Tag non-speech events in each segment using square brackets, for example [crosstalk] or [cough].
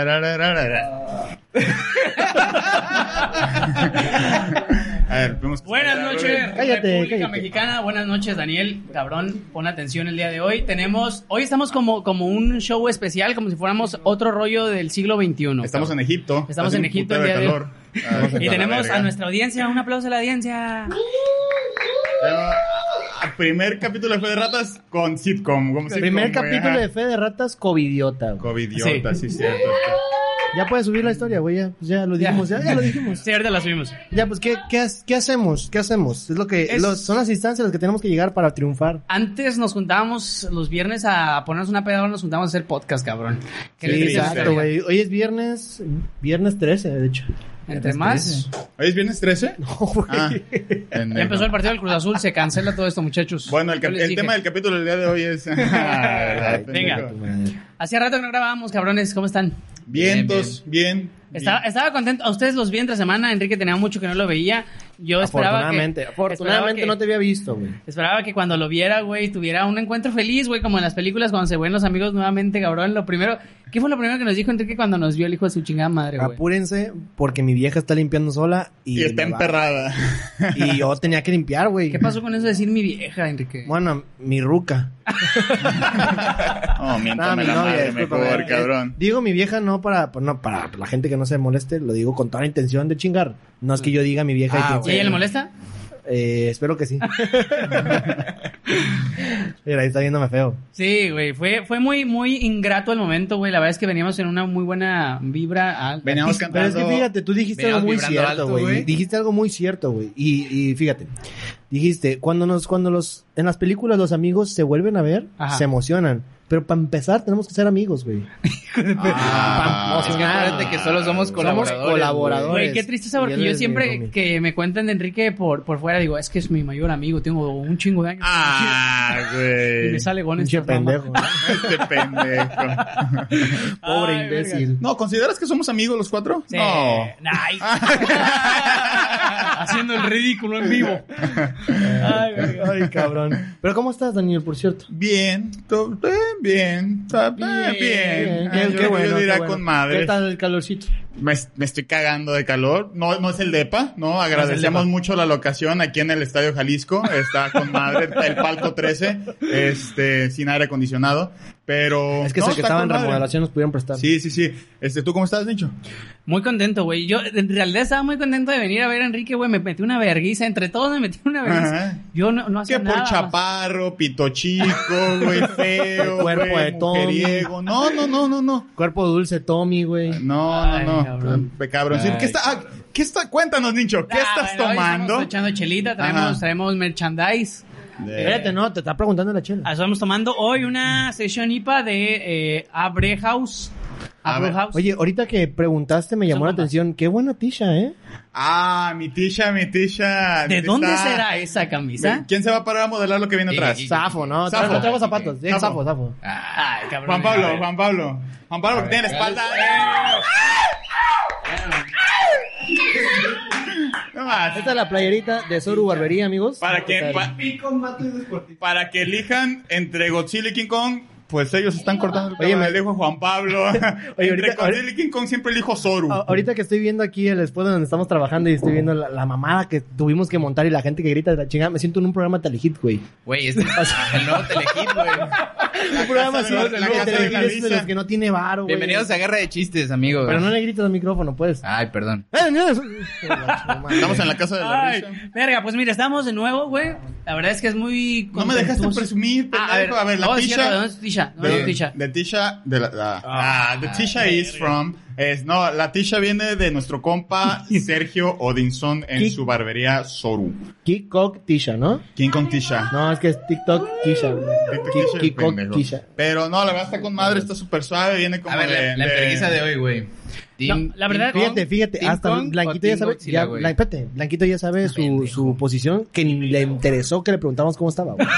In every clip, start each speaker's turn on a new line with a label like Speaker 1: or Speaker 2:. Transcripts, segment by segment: Speaker 1: Tarararararara. A ver, vamos.
Speaker 2: Buenas noches,
Speaker 3: Cállate,
Speaker 2: República
Speaker 3: cállate.
Speaker 2: Mexicana. Buenas noches, Daniel. Cabrón, pon atención el día de hoy. Tenemos, hoy estamos como, como un show especial, como si fuéramos otro rollo del siglo XXI.
Speaker 1: Estamos en Egipto.
Speaker 2: Estamos
Speaker 1: Hace
Speaker 2: en
Speaker 1: un
Speaker 2: Egipto
Speaker 1: putero
Speaker 2: el día de hoy.
Speaker 1: calor.
Speaker 2: Y tenemos
Speaker 1: verga.
Speaker 2: a nuestra audiencia, un aplauso a la audiencia.
Speaker 1: Ah, Primer capítulo de Fe de Ratas con sitcom. como sitcom,
Speaker 3: Primer
Speaker 1: güey,
Speaker 3: capítulo
Speaker 1: ajá.
Speaker 3: de Fe de Ratas, covidiota. güey.
Speaker 1: Covidiota, sí, cierto.
Speaker 3: Ya puedes subir la historia, güey. Ya, pues ya lo dijimos, ya,
Speaker 2: [laughs]
Speaker 3: ya lo dijimos.
Speaker 2: Sí, ahorita la subimos.
Speaker 3: Ya, pues, ¿qué, qué, ha- qué hacemos? ¿Qué hacemos? Es lo que,
Speaker 2: Es-
Speaker 3: los- son las instancias a las que tenemos que llegar para triunfar.
Speaker 2: Antes nos juntábamos los viernes a ponernos una peda, ahora nos juntábamos a hacer podcast, cabrón. ¿Qué
Speaker 1: Sí,
Speaker 2: les dice la
Speaker 3: Exacto,
Speaker 2: historia?
Speaker 3: güey. Hoy es viernes, viernes 13, de hecho.
Speaker 2: Entre
Speaker 3: [laughs]
Speaker 2: más,
Speaker 1: ¿Hoy es viernes 13?
Speaker 3: No, güey.
Speaker 1: Ah,
Speaker 2: ya empezó el partido del Cruz Azul, se cancela todo esto, muchachos.
Speaker 1: Bueno, el,
Speaker 2: Yo
Speaker 1: cap-
Speaker 2: les
Speaker 1: el
Speaker 2: dije.
Speaker 1: tema del capítulo del día de hoy es. [laughs] Ay, pendejo.
Speaker 2: Hacía rato que no grabábamos, cabrones, ¿cómo están?
Speaker 1: Vientos, bien. bien.
Speaker 2: Estaba, estaba contento. A ustedes los vi entre semana. Enrique tenía mucho que no lo veía. Yo esperaba
Speaker 3: Afortunadamente,
Speaker 2: que.
Speaker 3: afortunadamente
Speaker 2: esperaba que-
Speaker 3: no te había visto, güey.
Speaker 2: Esperaba que cuando lo viera, güey, tuviera un encuentro feliz, güey, como en las películas cuando se ven los amigos nuevamente, cabrón. Lo primero, ¿qué fue lo primero que nos dijo Enrique cuando nos vio el hijo de su chingada madre, güey?
Speaker 3: Apúrense, porque mi vieja está limpiando sola y.
Speaker 1: Y está
Speaker 3: me va.
Speaker 1: emperrada.
Speaker 3: Y yo tenía que limpiar, güey.
Speaker 2: ¿Qué pasó con eso de decir mi vieja, Enrique?
Speaker 3: Bueno, mi ruca.
Speaker 1: [laughs] Oh,
Speaker 3: Ah,
Speaker 1: miéntame
Speaker 3: mi
Speaker 1: la
Speaker 3: novia,
Speaker 1: madre
Speaker 3: discúlpame.
Speaker 1: mejor,
Speaker 3: Eh,
Speaker 1: cabrón.
Speaker 3: Digo mi vieja no para, pues, no para la gente que no se moleste, lo digo con toda la intención de chingar. No es que yo diga mi vieja
Speaker 2: Ah,
Speaker 3: y
Speaker 2: güey.
Speaker 3: piense-
Speaker 2: ¿Y ella le molesta?
Speaker 3: Eh, espero que sí. Mira, ahí está viéndome feo.
Speaker 2: Sí, güey, fue, fue muy, muy ingrato el momento, güey. La verdad es que veníamos en una muy buena vibra. alta.
Speaker 1: Veníamos
Speaker 3: Pero
Speaker 1: cantando.
Speaker 3: es que fíjate, tú dijiste
Speaker 4: venías
Speaker 3: algo muy
Speaker 4: vibrando
Speaker 3: cierto,
Speaker 4: alto,
Speaker 3: güey.
Speaker 4: güey.
Speaker 3: Dijiste algo muy cierto, güey. Y, y fíjate, dijiste, cuando nos, cuando los, en las películas los amigos se vuelven a ver,
Speaker 2: Ajá.
Speaker 3: se emocionan. Pero para empezar tenemos que ser amigos, güey.
Speaker 1: Ah,
Speaker 4: Es que acuérdate que solo somos
Speaker 3: Somos
Speaker 4: colaboradores.
Speaker 3: colaboradores.
Speaker 2: Güey, qué tristeza
Speaker 3: Y él
Speaker 2: porque yo
Speaker 3: es mi
Speaker 2: siempre
Speaker 3: homie.
Speaker 2: que me cuentan de Enrique por, por fuera digo, es que es mi mayor amigo, tengo un chingo de años.
Speaker 1: Ah,
Speaker 2: y
Speaker 1: güey.
Speaker 2: me sale con
Speaker 3: Eh, Pinche
Speaker 2: esta fama.
Speaker 3: pendejo. ¿no?
Speaker 1: Este pendejo.
Speaker 3: Pobre
Speaker 2: Ay,
Speaker 3: imbécil.
Speaker 1: No, ¿consideras que somos amigos los cuatro?
Speaker 2: Sí.
Speaker 1: No. [laughs]
Speaker 2: Ay. Haciendo el ridículo en vivo. Ay, verga.
Speaker 3: Ay, cabrón. Pero ¿cómo estás, Daniel, por cierto?
Speaker 1: Bien, to- eh, bien, ta- eh, bien. Ah, yo- yo diría con
Speaker 3: ¿Qué
Speaker 1: madre.
Speaker 3: tal el calorcito?
Speaker 1: Me, me estoy cagando de calor. No, no es el DEPA, ¿no? Agradecemos mucho la locación aquí en el Estadio Jalisco. Está con madre, el palco 13, este, sin aire acondicionado. Pero.
Speaker 3: Es que
Speaker 1: no,
Speaker 3: se que
Speaker 1: está
Speaker 3: estaba en
Speaker 1: con madre.
Speaker 3: remodelación nos pudieron prestar.
Speaker 1: Sí, sí, sí. Este, ¿tú cómo estás, Nicho?
Speaker 2: Muy contento, güey. Yo en realidad estaba muy contento de venir a ver a Enrique, güey. Me metí una verguiza. Entre todos me metí una verguiza.
Speaker 1: Ajá.
Speaker 2: Yo no, no hacía
Speaker 1: Que
Speaker 2: nada.
Speaker 1: por
Speaker 2: más.
Speaker 1: chaparro, pito chico,
Speaker 3: [laughs]
Speaker 1: güey, feo,
Speaker 3: Cuerpo
Speaker 1: güey,
Speaker 3: de Tom.
Speaker 1: mujeriego. No, no, no, no, no.
Speaker 3: Cuerpo dulce, Tommy, güey.
Speaker 1: No,
Speaker 2: Ay,
Speaker 1: no, no.
Speaker 2: cabrón.
Speaker 1: Pe- cabrón. Sí, ¿Qué está? ah, ¿Qué está? Cuéntanos, Nicho. ¿Qué
Speaker 2: Ah,
Speaker 1: estás
Speaker 2: bueno, hoy
Speaker 1: tomando?
Speaker 2: Estamos echando chelita,
Speaker 1: Ajá.
Speaker 2: traemos, traemos merchandise.
Speaker 1: De-
Speaker 3: Espérate, no, te está preguntando la chela.
Speaker 2: Ah, Estamos tomando hoy una sesión IPA de eh, Abre House.
Speaker 1: A
Speaker 2: Abre
Speaker 1: ver,
Speaker 2: House.
Speaker 3: Oye, ahorita que preguntaste me llamó
Speaker 2: Son
Speaker 3: la
Speaker 2: bombas.
Speaker 3: atención. Qué buena tisha, ¿eh?
Speaker 1: Ah, mi tisha, mi tisha.
Speaker 2: ¿de
Speaker 1: Está-
Speaker 2: dónde será esa camisa?
Speaker 1: ¿Quién se va a parar a modelar lo que viene
Speaker 4: Sí,
Speaker 1: atrás?
Speaker 4: sí, sí.
Speaker 3: Zafo, ¿no?
Speaker 1: Zafo.
Speaker 3: Tra- No traigo zapatos. Eh,
Speaker 1: Zafo. Ah.
Speaker 3: zafo, zafo.
Speaker 2: Ay, cabrón.
Speaker 1: Juan
Speaker 2: A
Speaker 1: Pablo,
Speaker 2: ver.
Speaker 1: Juan Pablo. Juan Pablo, que tiene la espalda. [laughs] No más.
Speaker 3: Esta es la playerita de Soru Barbería, amigos.
Speaker 1: Para que,
Speaker 3: ¿Qué tal?
Speaker 1: pa- para que elijan entre Godzilla y King Kong, pues ellos están cortando el
Speaker 3: Oye,
Speaker 1: Oye, me
Speaker 3: me-
Speaker 1: elijo Juan Pablo. entre
Speaker 3: ahorita- Ah,
Speaker 1: Godzilla y King Kong siempre elijo Zoru.
Speaker 3: A- Ahorita que estoy viendo aquí el spot donde estamos trabajando y estoy viendo la, la mamada que tuvimos que montar y la gente que grita de la chingada, me siento en un programa de Telehit, güey. [laughs]
Speaker 4: Güey, este es el nuevo Telehit, güey.
Speaker 3: Un
Speaker 1: casa
Speaker 3: programa así
Speaker 1: de la-
Speaker 3: de
Speaker 1: la casa de
Speaker 3: Telehit
Speaker 1: la
Speaker 3: es de
Speaker 1: Lisa.
Speaker 3: los que no tiene varo, güey.
Speaker 4: Bienvenidos a Guerra de Chistes, amigos.
Speaker 3: Pero no le grites al micrófono, pues.
Speaker 1: Ah.
Speaker 4: Ay, perdón.
Speaker 3: Eh, señores.
Speaker 1: Estamos en la casa de la
Speaker 2: Ay,
Speaker 1: risa.
Speaker 2: verga, pues mira, estamos de nuevo, güey. La verdad es que es muy.
Speaker 1: No me dejaste
Speaker 2: contentuoso.
Speaker 1: presumir,
Speaker 2: Ah, a ver,
Speaker 1: pendejo. A ver, la
Speaker 2: no, es cierto, ¿de
Speaker 1: tisha.
Speaker 2: ¿Dónde es Tisha? ¿Dónde
Speaker 1: De,
Speaker 2: es Tisha?
Speaker 1: de Tisha, de la, la- ah, the Tisha is from, es, no, la Tisha viene de nuestro
Speaker 3: [laughs]
Speaker 1: compa Sergio Odinson en
Speaker 3: ¿Qué?
Speaker 1: su barbería Soru.
Speaker 3: Kikok Tisha, ¿no?
Speaker 1: ¿Quién con Tisha?
Speaker 3: No, es que es TikTok Tisha. güey.
Speaker 1: Este
Speaker 3: Ki-
Speaker 1: Tisha es
Speaker 3: Kikok
Speaker 1: pendejo.
Speaker 3: Tisha.
Speaker 1: Pero no, la verdad está con madre, está súper suave, viene como
Speaker 4: A ver,
Speaker 1: de,
Speaker 4: la, la
Speaker 1: de-
Speaker 4: enfermiza de hoy, güey. Team-
Speaker 2: No, la verdad-
Speaker 4: Team Kong,
Speaker 3: Fíjate, fíjate,
Speaker 4: Team
Speaker 3: hasta
Speaker 4: Kong
Speaker 3: Blanquito
Speaker 4: o
Speaker 3: ya
Speaker 4: Team
Speaker 3: sabe,
Speaker 4: Godzilla,
Speaker 3: ya-
Speaker 4: güey.
Speaker 3: Blan-
Speaker 4: [laughs]
Speaker 3: espérate, Blanquito ya sabe su, su posición que ni le interesó que le preguntamos cómo estaba.
Speaker 1: [laughs]
Speaker 3: güey.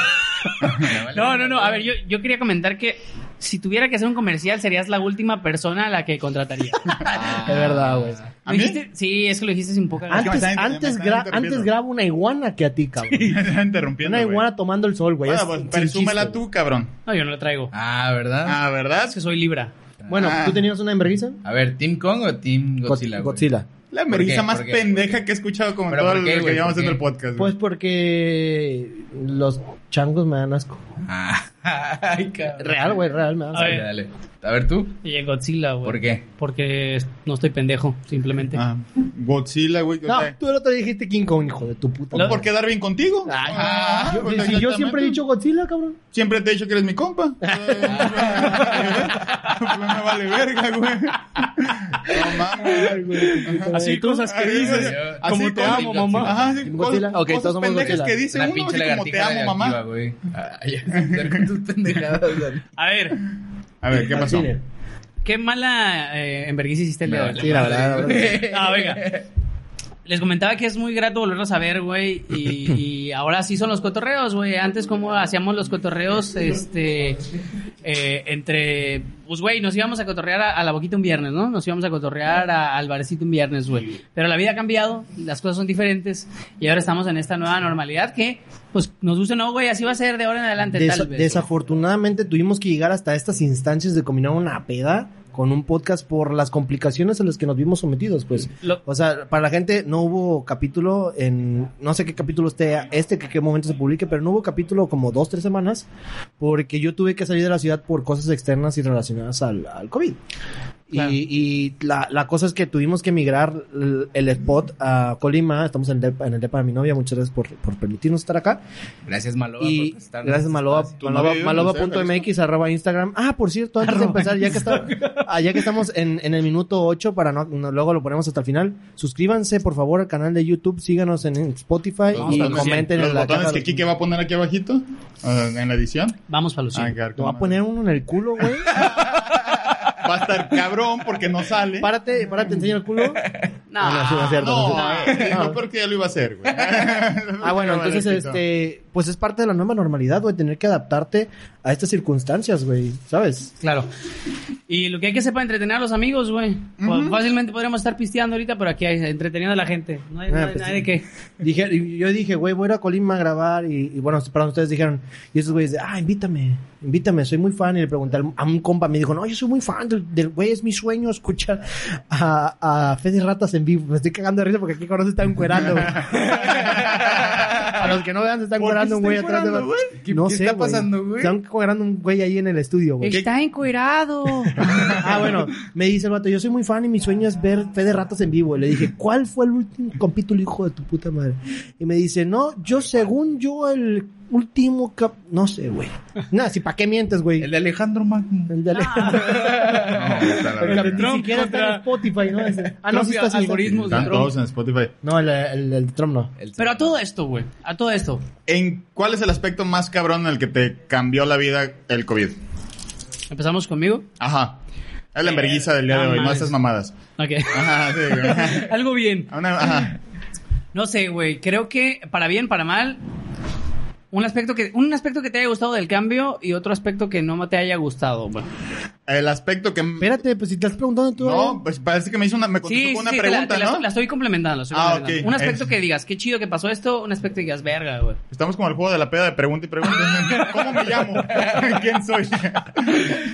Speaker 2: No, no, no. A ver, yo, yo quería comentar que si tuviera que hacer un comercial, serías la última persona a la que contrataría.
Speaker 4: Ah.
Speaker 3: Es verdad, güey.
Speaker 1: ¿A
Speaker 2: ¿Lo
Speaker 1: mí?
Speaker 2: dijiste? Sí, es que lo dijiste sin poca
Speaker 1: Ah,
Speaker 2: gracia.
Speaker 3: Antes,
Speaker 1: están- me
Speaker 3: antes,
Speaker 1: están
Speaker 3: gra-
Speaker 1: interrumpiendo.
Speaker 3: antes grabo una iguana que a ti, cabrón.
Speaker 1: Me [laughs] está interrumpiendo,
Speaker 3: Una
Speaker 1: güey.
Speaker 3: iguana tomando el sol, güey.
Speaker 1: Bueno,
Speaker 3: Es
Speaker 1: pues
Speaker 3: sin
Speaker 1: presúmela
Speaker 3: chiste,
Speaker 1: tú, cabrón.
Speaker 2: No, yo no lo traigo.
Speaker 4: Ah, ¿verdad?
Speaker 1: Ah, ¿verdad?
Speaker 2: Es que soy Libra.
Speaker 3: Bueno,
Speaker 1: Ah.
Speaker 3: ¿tú tenías una enverguiza?
Speaker 4: A ver, ¿Team Kong o Team Godzilla? güey?
Speaker 3: Godzilla.
Speaker 1: La
Speaker 4: ¿Por
Speaker 1: merguiza
Speaker 4: qué?
Speaker 1: más
Speaker 4: ¿Por qué?
Speaker 1: pendeja que he escuchado como en
Speaker 4: ¿Pero
Speaker 1: todo
Speaker 4: por
Speaker 1: lo
Speaker 4: qué,
Speaker 1: que
Speaker 4: güey?
Speaker 1: llevamos
Speaker 4: ¿Por
Speaker 1: haciendo el
Speaker 4: qué?
Speaker 1: podcast. güey.
Speaker 3: Pues porque los changos me dan asco.
Speaker 4: Ah, [laughs] ay, cabrón.
Speaker 3: Real, güey, real me dan asco.
Speaker 2: Ay.
Speaker 4: Dale, dale. A ver tú,
Speaker 2: Y el Godzilla, güey.
Speaker 4: ¿por qué?
Speaker 2: Porque no estoy pendejo, simplemente.
Speaker 1: Ah, Godzilla, güey.
Speaker 3: No,
Speaker 1: ok.
Speaker 3: tú el otro día dijiste King Kong, hijo de tu puta.
Speaker 2: Lo-
Speaker 3: madre.
Speaker 1: ¿Por quedar bien contigo?
Speaker 3: Ay,
Speaker 1: Ah,
Speaker 3: yo,
Speaker 1: pues,
Speaker 3: si yo siempre he
Speaker 1: exactamente.
Speaker 3: dicho Godzilla, cabrón.
Speaker 1: Siempre te he dicho que eres mi
Speaker 3: [laughs]
Speaker 1: compa. Eh, pues me vale verga, güey. No mames.
Speaker 2: Así cosas que dices.
Speaker 4: Yo-
Speaker 2: Como
Speaker 1: Así
Speaker 2: te
Speaker 1: cosas-
Speaker 2: amo, mamá.
Speaker 1: Ajá, sí,
Speaker 3: Godzila.
Speaker 1: cosas-
Speaker 3: Ok, todos
Speaker 1: cosas
Speaker 3: somos
Speaker 1: pendejas
Speaker 3: Godzilla.
Speaker 1: que dice
Speaker 4: Una
Speaker 1: uno,
Speaker 4: pinche
Speaker 1: así como te
Speaker 4: lagartija
Speaker 1: amo,
Speaker 4: radioactiva,
Speaker 1: mamá.
Speaker 4: güey. Ay, [laughs] ya, con tus pendejadas. dale.
Speaker 2: A ver,
Speaker 1: A ver, ¿qué
Speaker 3: Al
Speaker 1: pasó?
Speaker 3: cine.
Speaker 2: ¿qué mala eh, enverguiza hiciste el
Speaker 4: Me
Speaker 2: día de hoy?
Speaker 4: vale
Speaker 3: Sí, la verdad, la
Speaker 4: madre, [laughs]
Speaker 3: verdad.
Speaker 4: güey.
Speaker 2: Ah, venga. Les comentaba que es muy grato volverlos a ver, güey. Y, [laughs] y ahora sí son los cotorreos, güey. Antes, como hacíamos los cotorreos, este. eh, entre. Pues, güey, nos íbamos a cotorrear a, a la boquita un viernes, ¿no? Nos íbamos a cotorrear a- al barecito un viernes, güey. Pero la vida ha cambiado, las cosas son diferentes. Y ahora estamos en esta nueva normalidad que, pues, nos gusta o no, güey. Así va a ser de ahora en adelante,
Speaker 3: Desa-
Speaker 2: tal vez. güey.
Speaker 3: desafortunadamente tuvimos que llegar hasta estas instancias de combinar una peda con un podcast por las complicaciones a las que nos vimos sometidos, pues.
Speaker 2: Lo-
Speaker 3: O sea, para la gente no hubo capítulo en, no sé qué capítulo esté este, que qué momento se publique, pero no hubo capítulo como dos, tres semanas, porque yo tuve que salir de la ciudad por cosas externas y relacionadas al, al COVID. Y,
Speaker 2: Claro.
Speaker 3: y la, la cosa es que tuvimos que migrar el, el spot a Colima, estamos en el, depa- en el depa de mi novia, muchas gracias por, por permitirnos estar acá.
Speaker 4: Gracias, Maloba.
Speaker 3: Y
Speaker 4: por prestarnos
Speaker 3: gracias
Speaker 4: este
Speaker 3: Maloba,
Speaker 4: espacio.
Speaker 1: Tu
Speaker 3: Maloba,
Speaker 1: novio,
Speaker 3: Maloba
Speaker 1: no sé,
Speaker 3: punto MX, arroba Instagram. Ah, por cierto, antes de
Speaker 2: Arroba
Speaker 3: empezar, ya que, está, ah, ya que estamos en, en el minuto 8, para no, no- luego lo ponemos hasta el final, suscríbanse por favor al canal de YouTube, síganos en Spotify
Speaker 1: Vamos
Speaker 3: y
Speaker 1: a ver si-
Speaker 3: comenten
Speaker 1: los
Speaker 3: en la
Speaker 1: botones
Speaker 3: caja
Speaker 1: que
Speaker 3: de-
Speaker 1: Kike va a poner aquí abajito ah, en la edición.
Speaker 2: Vamos para los
Speaker 1: Ah,
Speaker 2: cien.
Speaker 1: claro,
Speaker 3: Te va a
Speaker 1: cómo
Speaker 3: poner uno en el
Speaker 1: [laughs]
Speaker 3: culo, güey.
Speaker 1: no. Va a estar cabrón porque no sale.
Speaker 3: Párate, párate, enseña el culo.
Speaker 2: No.
Speaker 3: Ah, no, sí, no es cierto,
Speaker 1: no,
Speaker 3: no
Speaker 2: es
Speaker 1: eh,
Speaker 3: No.
Speaker 1: no, porque ya lo iba a hacer, güey.
Speaker 3: Ah,
Speaker 1: [laughs]
Speaker 3: bueno, entonces, este, pues es parte de la nueva normalidad, güey, tener que adaptarte a estas circunstancias, güey, ¿sabes?
Speaker 2: Claro. Y lo que hay que hacer para entretener a los amigos, güey. Pues, Fácilmente podríamos estar pisteando ahorita, pero aquí hay entreteniendo a la gente. No hay, no
Speaker 3: Ah,
Speaker 2: hay-
Speaker 3: pues
Speaker 2: no hay de
Speaker 3: sí.
Speaker 2: qué.
Speaker 3: Dije, y yo dije, güey, voy a ir a Colima a grabar y, y bueno, para ustedes dijeron, y esos güeyes de, ah, invítame, invítame, soy muy fan. Y le pregunté al- a un compa, me dijo, no, yo soy muy fan del, del güey, es mi sueño escuchar a, a Fede Ratas en vivo. Me estoy cagando de risa porque aquí cabrón se está
Speaker 4: [laughs]
Speaker 3: encuerando. güey. a los que no vean, se está
Speaker 4: ¿Por qué
Speaker 3: encuerando
Speaker 4: se
Speaker 3: un güey
Speaker 4: está
Speaker 3: atrás de
Speaker 4: encuerando, güey? ¿Qué-
Speaker 3: No
Speaker 4: qué
Speaker 3: sé,
Speaker 4: está
Speaker 3: güey.
Speaker 4: pasando, güey?
Speaker 3: Está encuerando un güey ahí en el estudio, güey.
Speaker 2: Está encuerado.
Speaker 1: [laughs]
Speaker 3: Ah, bueno, me dice el vato, yo soy muy fan y mi sueño es ver Fe de Ratas en vivo. Y le dije, ¿cuál fue el último capítulo, hijo de tu puta madre? Y me dice, no, yo según yo el último cap... No sé, güey. Nada, si para qué mientes, güey.
Speaker 4: El de Alejandro Magno.
Speaker 3: Ah. [laughs] El de Alejandro.
Speaker 1: No,
Speaker 3: Ni
Speaker 2: Trump
Speaker 3: siquiera está en
Speaker 2: contra-
Speaker 3: Spotify, ¿no? Ese. Ah, no,
Speaker 2: Trump
Speaker 3: sí
Speaker 2: y
Speaker 3: está sí está.
Speaker 2: algoritmos de
Speaker 1: Están
Speaker 2: Trump.
Speaker 1: todos en Spotify.
Speaker 3: No, el, el, el de Trump no.
Speaker 4: El-
Speaker 2: Pero a todo esto, güey. A todo esto.
Speaker 1: ¿En cuál es el aspecto más cabrón en el que te cambió la vida el COVID?
Speaker 2: Empezamos conmigo.
Speaker 1: Ajá. Es la enverguiza del día de
Speaker 2: Eh, no
Speaker 1: hoy, no
Speaker 2: mames.
Speaker 1: estas mamadas.
Speaker 2: Ok. [laughs]
Speaker 1: Ajá, sí, güey. [laughs]
Speaker 2: Algo bien.
Speaker 1: Una- ajá.
Speaker 2: No sé, güey. Creo que para bien, para mal. Un aspecto, que, un aspecto que te haya gustado del cambio y otro aspecto que no te haya gustado. güey.
Speaker 1: El aspecto que...
Speaker 3: Espérate, pues si te estás preguntando tú...
Speaker 1: No, pues parece que me hizo una... Me contestó
Speaker 2: eh. Sí,
Speaker 1: con
Speaker 2: sí,
Speaker 1: una
Speaker 2: sí, te la,
Speaker 1: pregunta,
Speaker 2: te la-
Speaker 1: ¿no?
Speaker 2: la estoy complementando. la estoy
Speaker 1: Ah, ok.
Speaker 2: complementando. Un aspecto
Speaker 1: Es-
Speaker 2: que digas, qué chido que pasó esto. Un aspecto que digas, verga, güey.
Speaker 1: Estamos como el juego de la peda de pregunta y
Speaker 2: [laughs]
Speaker 1: pregunta. ¿Cómo me llamo? [laughs] ¿Quién soy?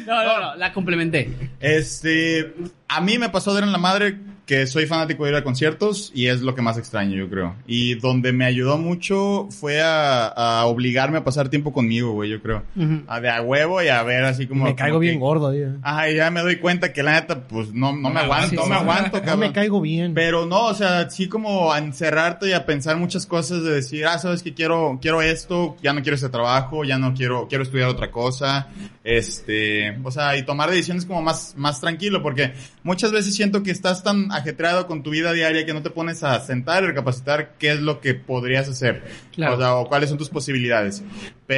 Speaker 2: No, no, no, la complementé.
Speaker 1: Este, a mí me pasó de en la madre que soy fanático de ir a conciertos y es lo que más extraño, yo creo. Y donde me ayudó mucho fue a, a obligarme a pasar tiempo conmigo, güey, yo creo.
Speaker 2: Ujú.
Speaker 1: A de a huevo y a ver así como...
Speaker 3: me caigo
Speaker 1: como
Speaker 3: bien
Speaker 1: que-
Speaker 3: gordo, tío.
Speaker 1: Ajá, y ya me doy cuenta que la neta, pues no, no me aguanto,
Speaker 2: sí,
Speaker 1: no
Speaker 2: sí,
Speaker 1: me
Speaker 2: sí.
Speaker 1: aguanto,
Speaker 3: [laughs] No
Speaker 1: cabrón.
Speaker 3: me caigo bien.
Speaker 1: Pero no, o sea, sí como a encerrarte y a pensar muchas cosas de decir, ah, sabes que quiero, quiero esto, ya no quiero este trabajo, ya no quiero, quiero estudiar otra cosa, este, o sea, y tomar decisiones como más, más tranquilo, porque muchas veces siento que estás tan ajetreado con tu vida diaria que no te pones a sentar y recapacitar qué es lo que podrías hacer,
Speaker 2: Claro.
Speaker 1: o sea, o cuáles son tus posibilidades.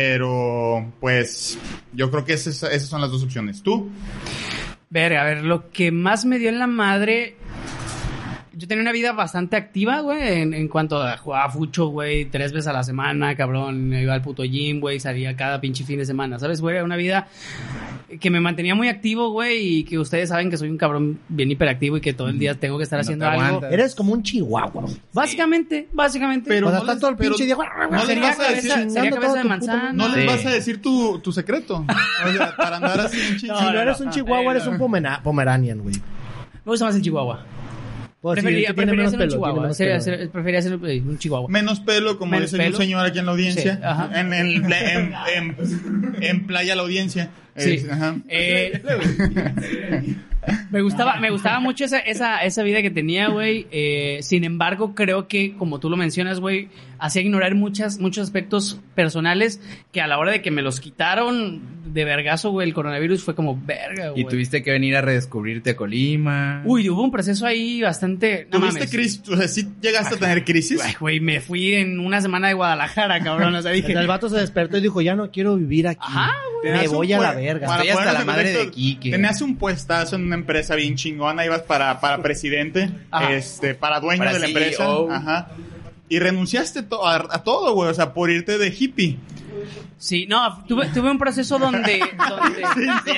Speaker 1: Pero, pues, yo creo que esas, esas son las dos opciones. ¿Tú?
Speaker 2: Verga, a ver, lo que más me dio en la madre. Yo tenía una vida bastante activa, güey, en, en cuanto a jugaba fucho, güey, tres veces a la semana, cabrón, iba al puto gym, güey, salía cada pinche fin de semana, ¿sabes, güey? Era Una vida que me mantenía muy activo, güey, y que ustedes saben que soy un cabrón bien hiperactivo y que todo el
Speaker 3: Mm.
Speaker 2: día tengo que estar
Speaker 4: No
Speaker 2: haciendo
Speaker 4: te
Speaker 2: algo.
Speaker 4: aguantas.
Speaker 3: Eres como un chihuahua. güey.
Speaker 2: Básicamente, básicamente.
Speaker 1: Pero
Speaker 3: o sea,
Speaker 1: no
Speaker 3: está
Speaker 1: les-
Speaker 3: todo el
Speaker 1: pero
Speaker 3: pinche día.
Speaker 1: no les
Speaker 2: sería
Speaker 1: vas a decir
Speaker 2: cabeza, sería
Speaker 3: chingando
Speaker 2: cabeza
Speaker 3: todo
Speaker 2: de
Speaker 3: tu puto-
Speaker 2: manzana.
Speaker 1: No les
Speaker 4: Sí.
Speaker 1: vas a decir tu, tu secreto. O sea, para andar así en chinga.
Speaker 3: si no,
Speaker 2: no,
Speaker 3: eres
Speaker 2: no.
Speaker 3: un chihuahua, eres un pomena- pomeranian, güey.
Speaker 2: Me gusta más el chihuahua.
Speaker 3: Pues, sí,
Speaker 2: prefería,
Speaker 3: es que tiene
Speaker 2: prefería
Speaker 3: menos
Speaker 2: ser
Speaker 3: pelo,
Speaker 2: un
Speaker 3: tiene
Speaker 2: chihuahua.
Speaker 3: menos
Speaker 2: sería-
Speaker 3: pelo.
Speaker 1: [laughs]
Speaker 2: ser- prefería ser eh, un chihuahua.
Speaker 1: Menos pelo, como
Speaker 2: Menos
Speaker 1: dice
Speaker 2: pelo.
Speaker 1: un señor aquí en la audiencia.
Speaker 2: Sí, ajá.
Speaker 1: en, en- en- en- en playa la audiencia.
Speaker 2: Sí.
Speaker 1: Es- Eh, ajá.
Speaker 2: Eh, me gustaba, me gustaba mucho esa, esa, esa vida que tenía, güey. Eh, sin embargo, creo que, como tú lo mencionas, güey, hacía ignorar muchas, muchos aspectos personales que a la hora de que me los quitaron de vergazo, güey, el coronavirus fue como verga,
Speaker 4: Y
Speaker 2: güey.
Speaker 4: tuviste que venir a redescubrirte a Colima.
Speaker 2: Uy, hubo un proceso ahí bastante. no
Speaker 1: ¿Tuviste
Speaker 2: mames.
Speaker 1: crisis? O sea, ¿sí llegaste a tener crisis?
Speaker 2: Ay, Güey, me fui en una semana de Guadalajara, cabrón. O sea,
Speaker 3: O
Speaker 2: dije.
Speaker 3: sea, el vato se despertó y dijo, ya no quiero vivir aquí.
Speaker 2: Ajá,
Speaker 3: Me
Speaker 1: Tenías un
Speaker 3: voy a la
Speaker 1: pue-
Speaker 3: verga.
Speaker 1: para
Speaker 4: Estoy hasta
Speaker 1: ponernos
Speaker 4: la
Speaker 1: en
Speaker 4: madre de
Speaker 1: contexto,
Speaker 4: Quique.
Speaker 1: Tenías un puestazo en una empresa bien chingona, ibas para, para presidente,
Speaker 2: Ajá.
Speaker 1: este, para dueño
Speaker 4: Para
Speaker 1: de la
Speaker 4: CEO.
Speaker 1: empresa. Ajá. Y renunciaste to- a, a todo, güey, o sea, por irte de hippie.
Speaker 2: Sí, no, tuve, tuve un proceso donde...
Speaker 3: [laughs]
Speaker 2: donde- sí,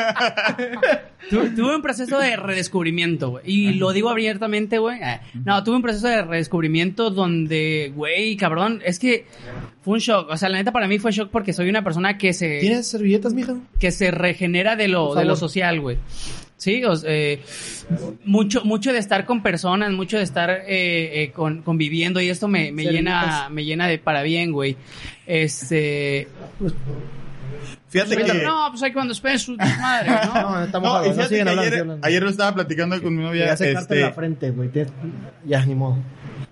Speaker 2: no. Tu- tuve un proceso de redescubrimiento, güey. Y lo digo abiertamente, güey. Eh, No, tuve un proceso de redescubrimiento donde, güey, cabrón, es que fue un shock. O sea, la neta para mí fue shock porque soy una persona que se
Speaker 3: ¿Tienes servilletas, mija?
Speaker 2: que se regenera de lo,
Speaker 3: Por
Speaker 2: de lo
Speaker 3: favor.
Speaker 2: social, güey. Sí, o sea, eh, mucho, mucho de estar con personas, mucho de estar eh, eh, con- conviviendo y esto me, me llena,
Speaker 3: Servitas.
Speaker 2: me llena de para bien, güey. Este,
Speaker 1: Fíjate que...
Speaker 2: no, pues hay cuando esperen su madre, [laughs] ¿no?
Speaker 3: No, estamos
Speaker 1: No, y
Speaker 3: hablando, no
Speaker 1: fíjate
Speaker 3: siguen
Speaker 1: que
Speaker 3: hablando.
Speaker 1: ayer,
Speaker 3: siguen hablando.
Speaker 1: ayer lo estaba platicando con mi
Speaker 3: Te
Speaker 1: novia.
Speaker 3: hace carta en
Speaker 1: Este,
Speaker 3: la frente, güey. te- Ya, ni modo.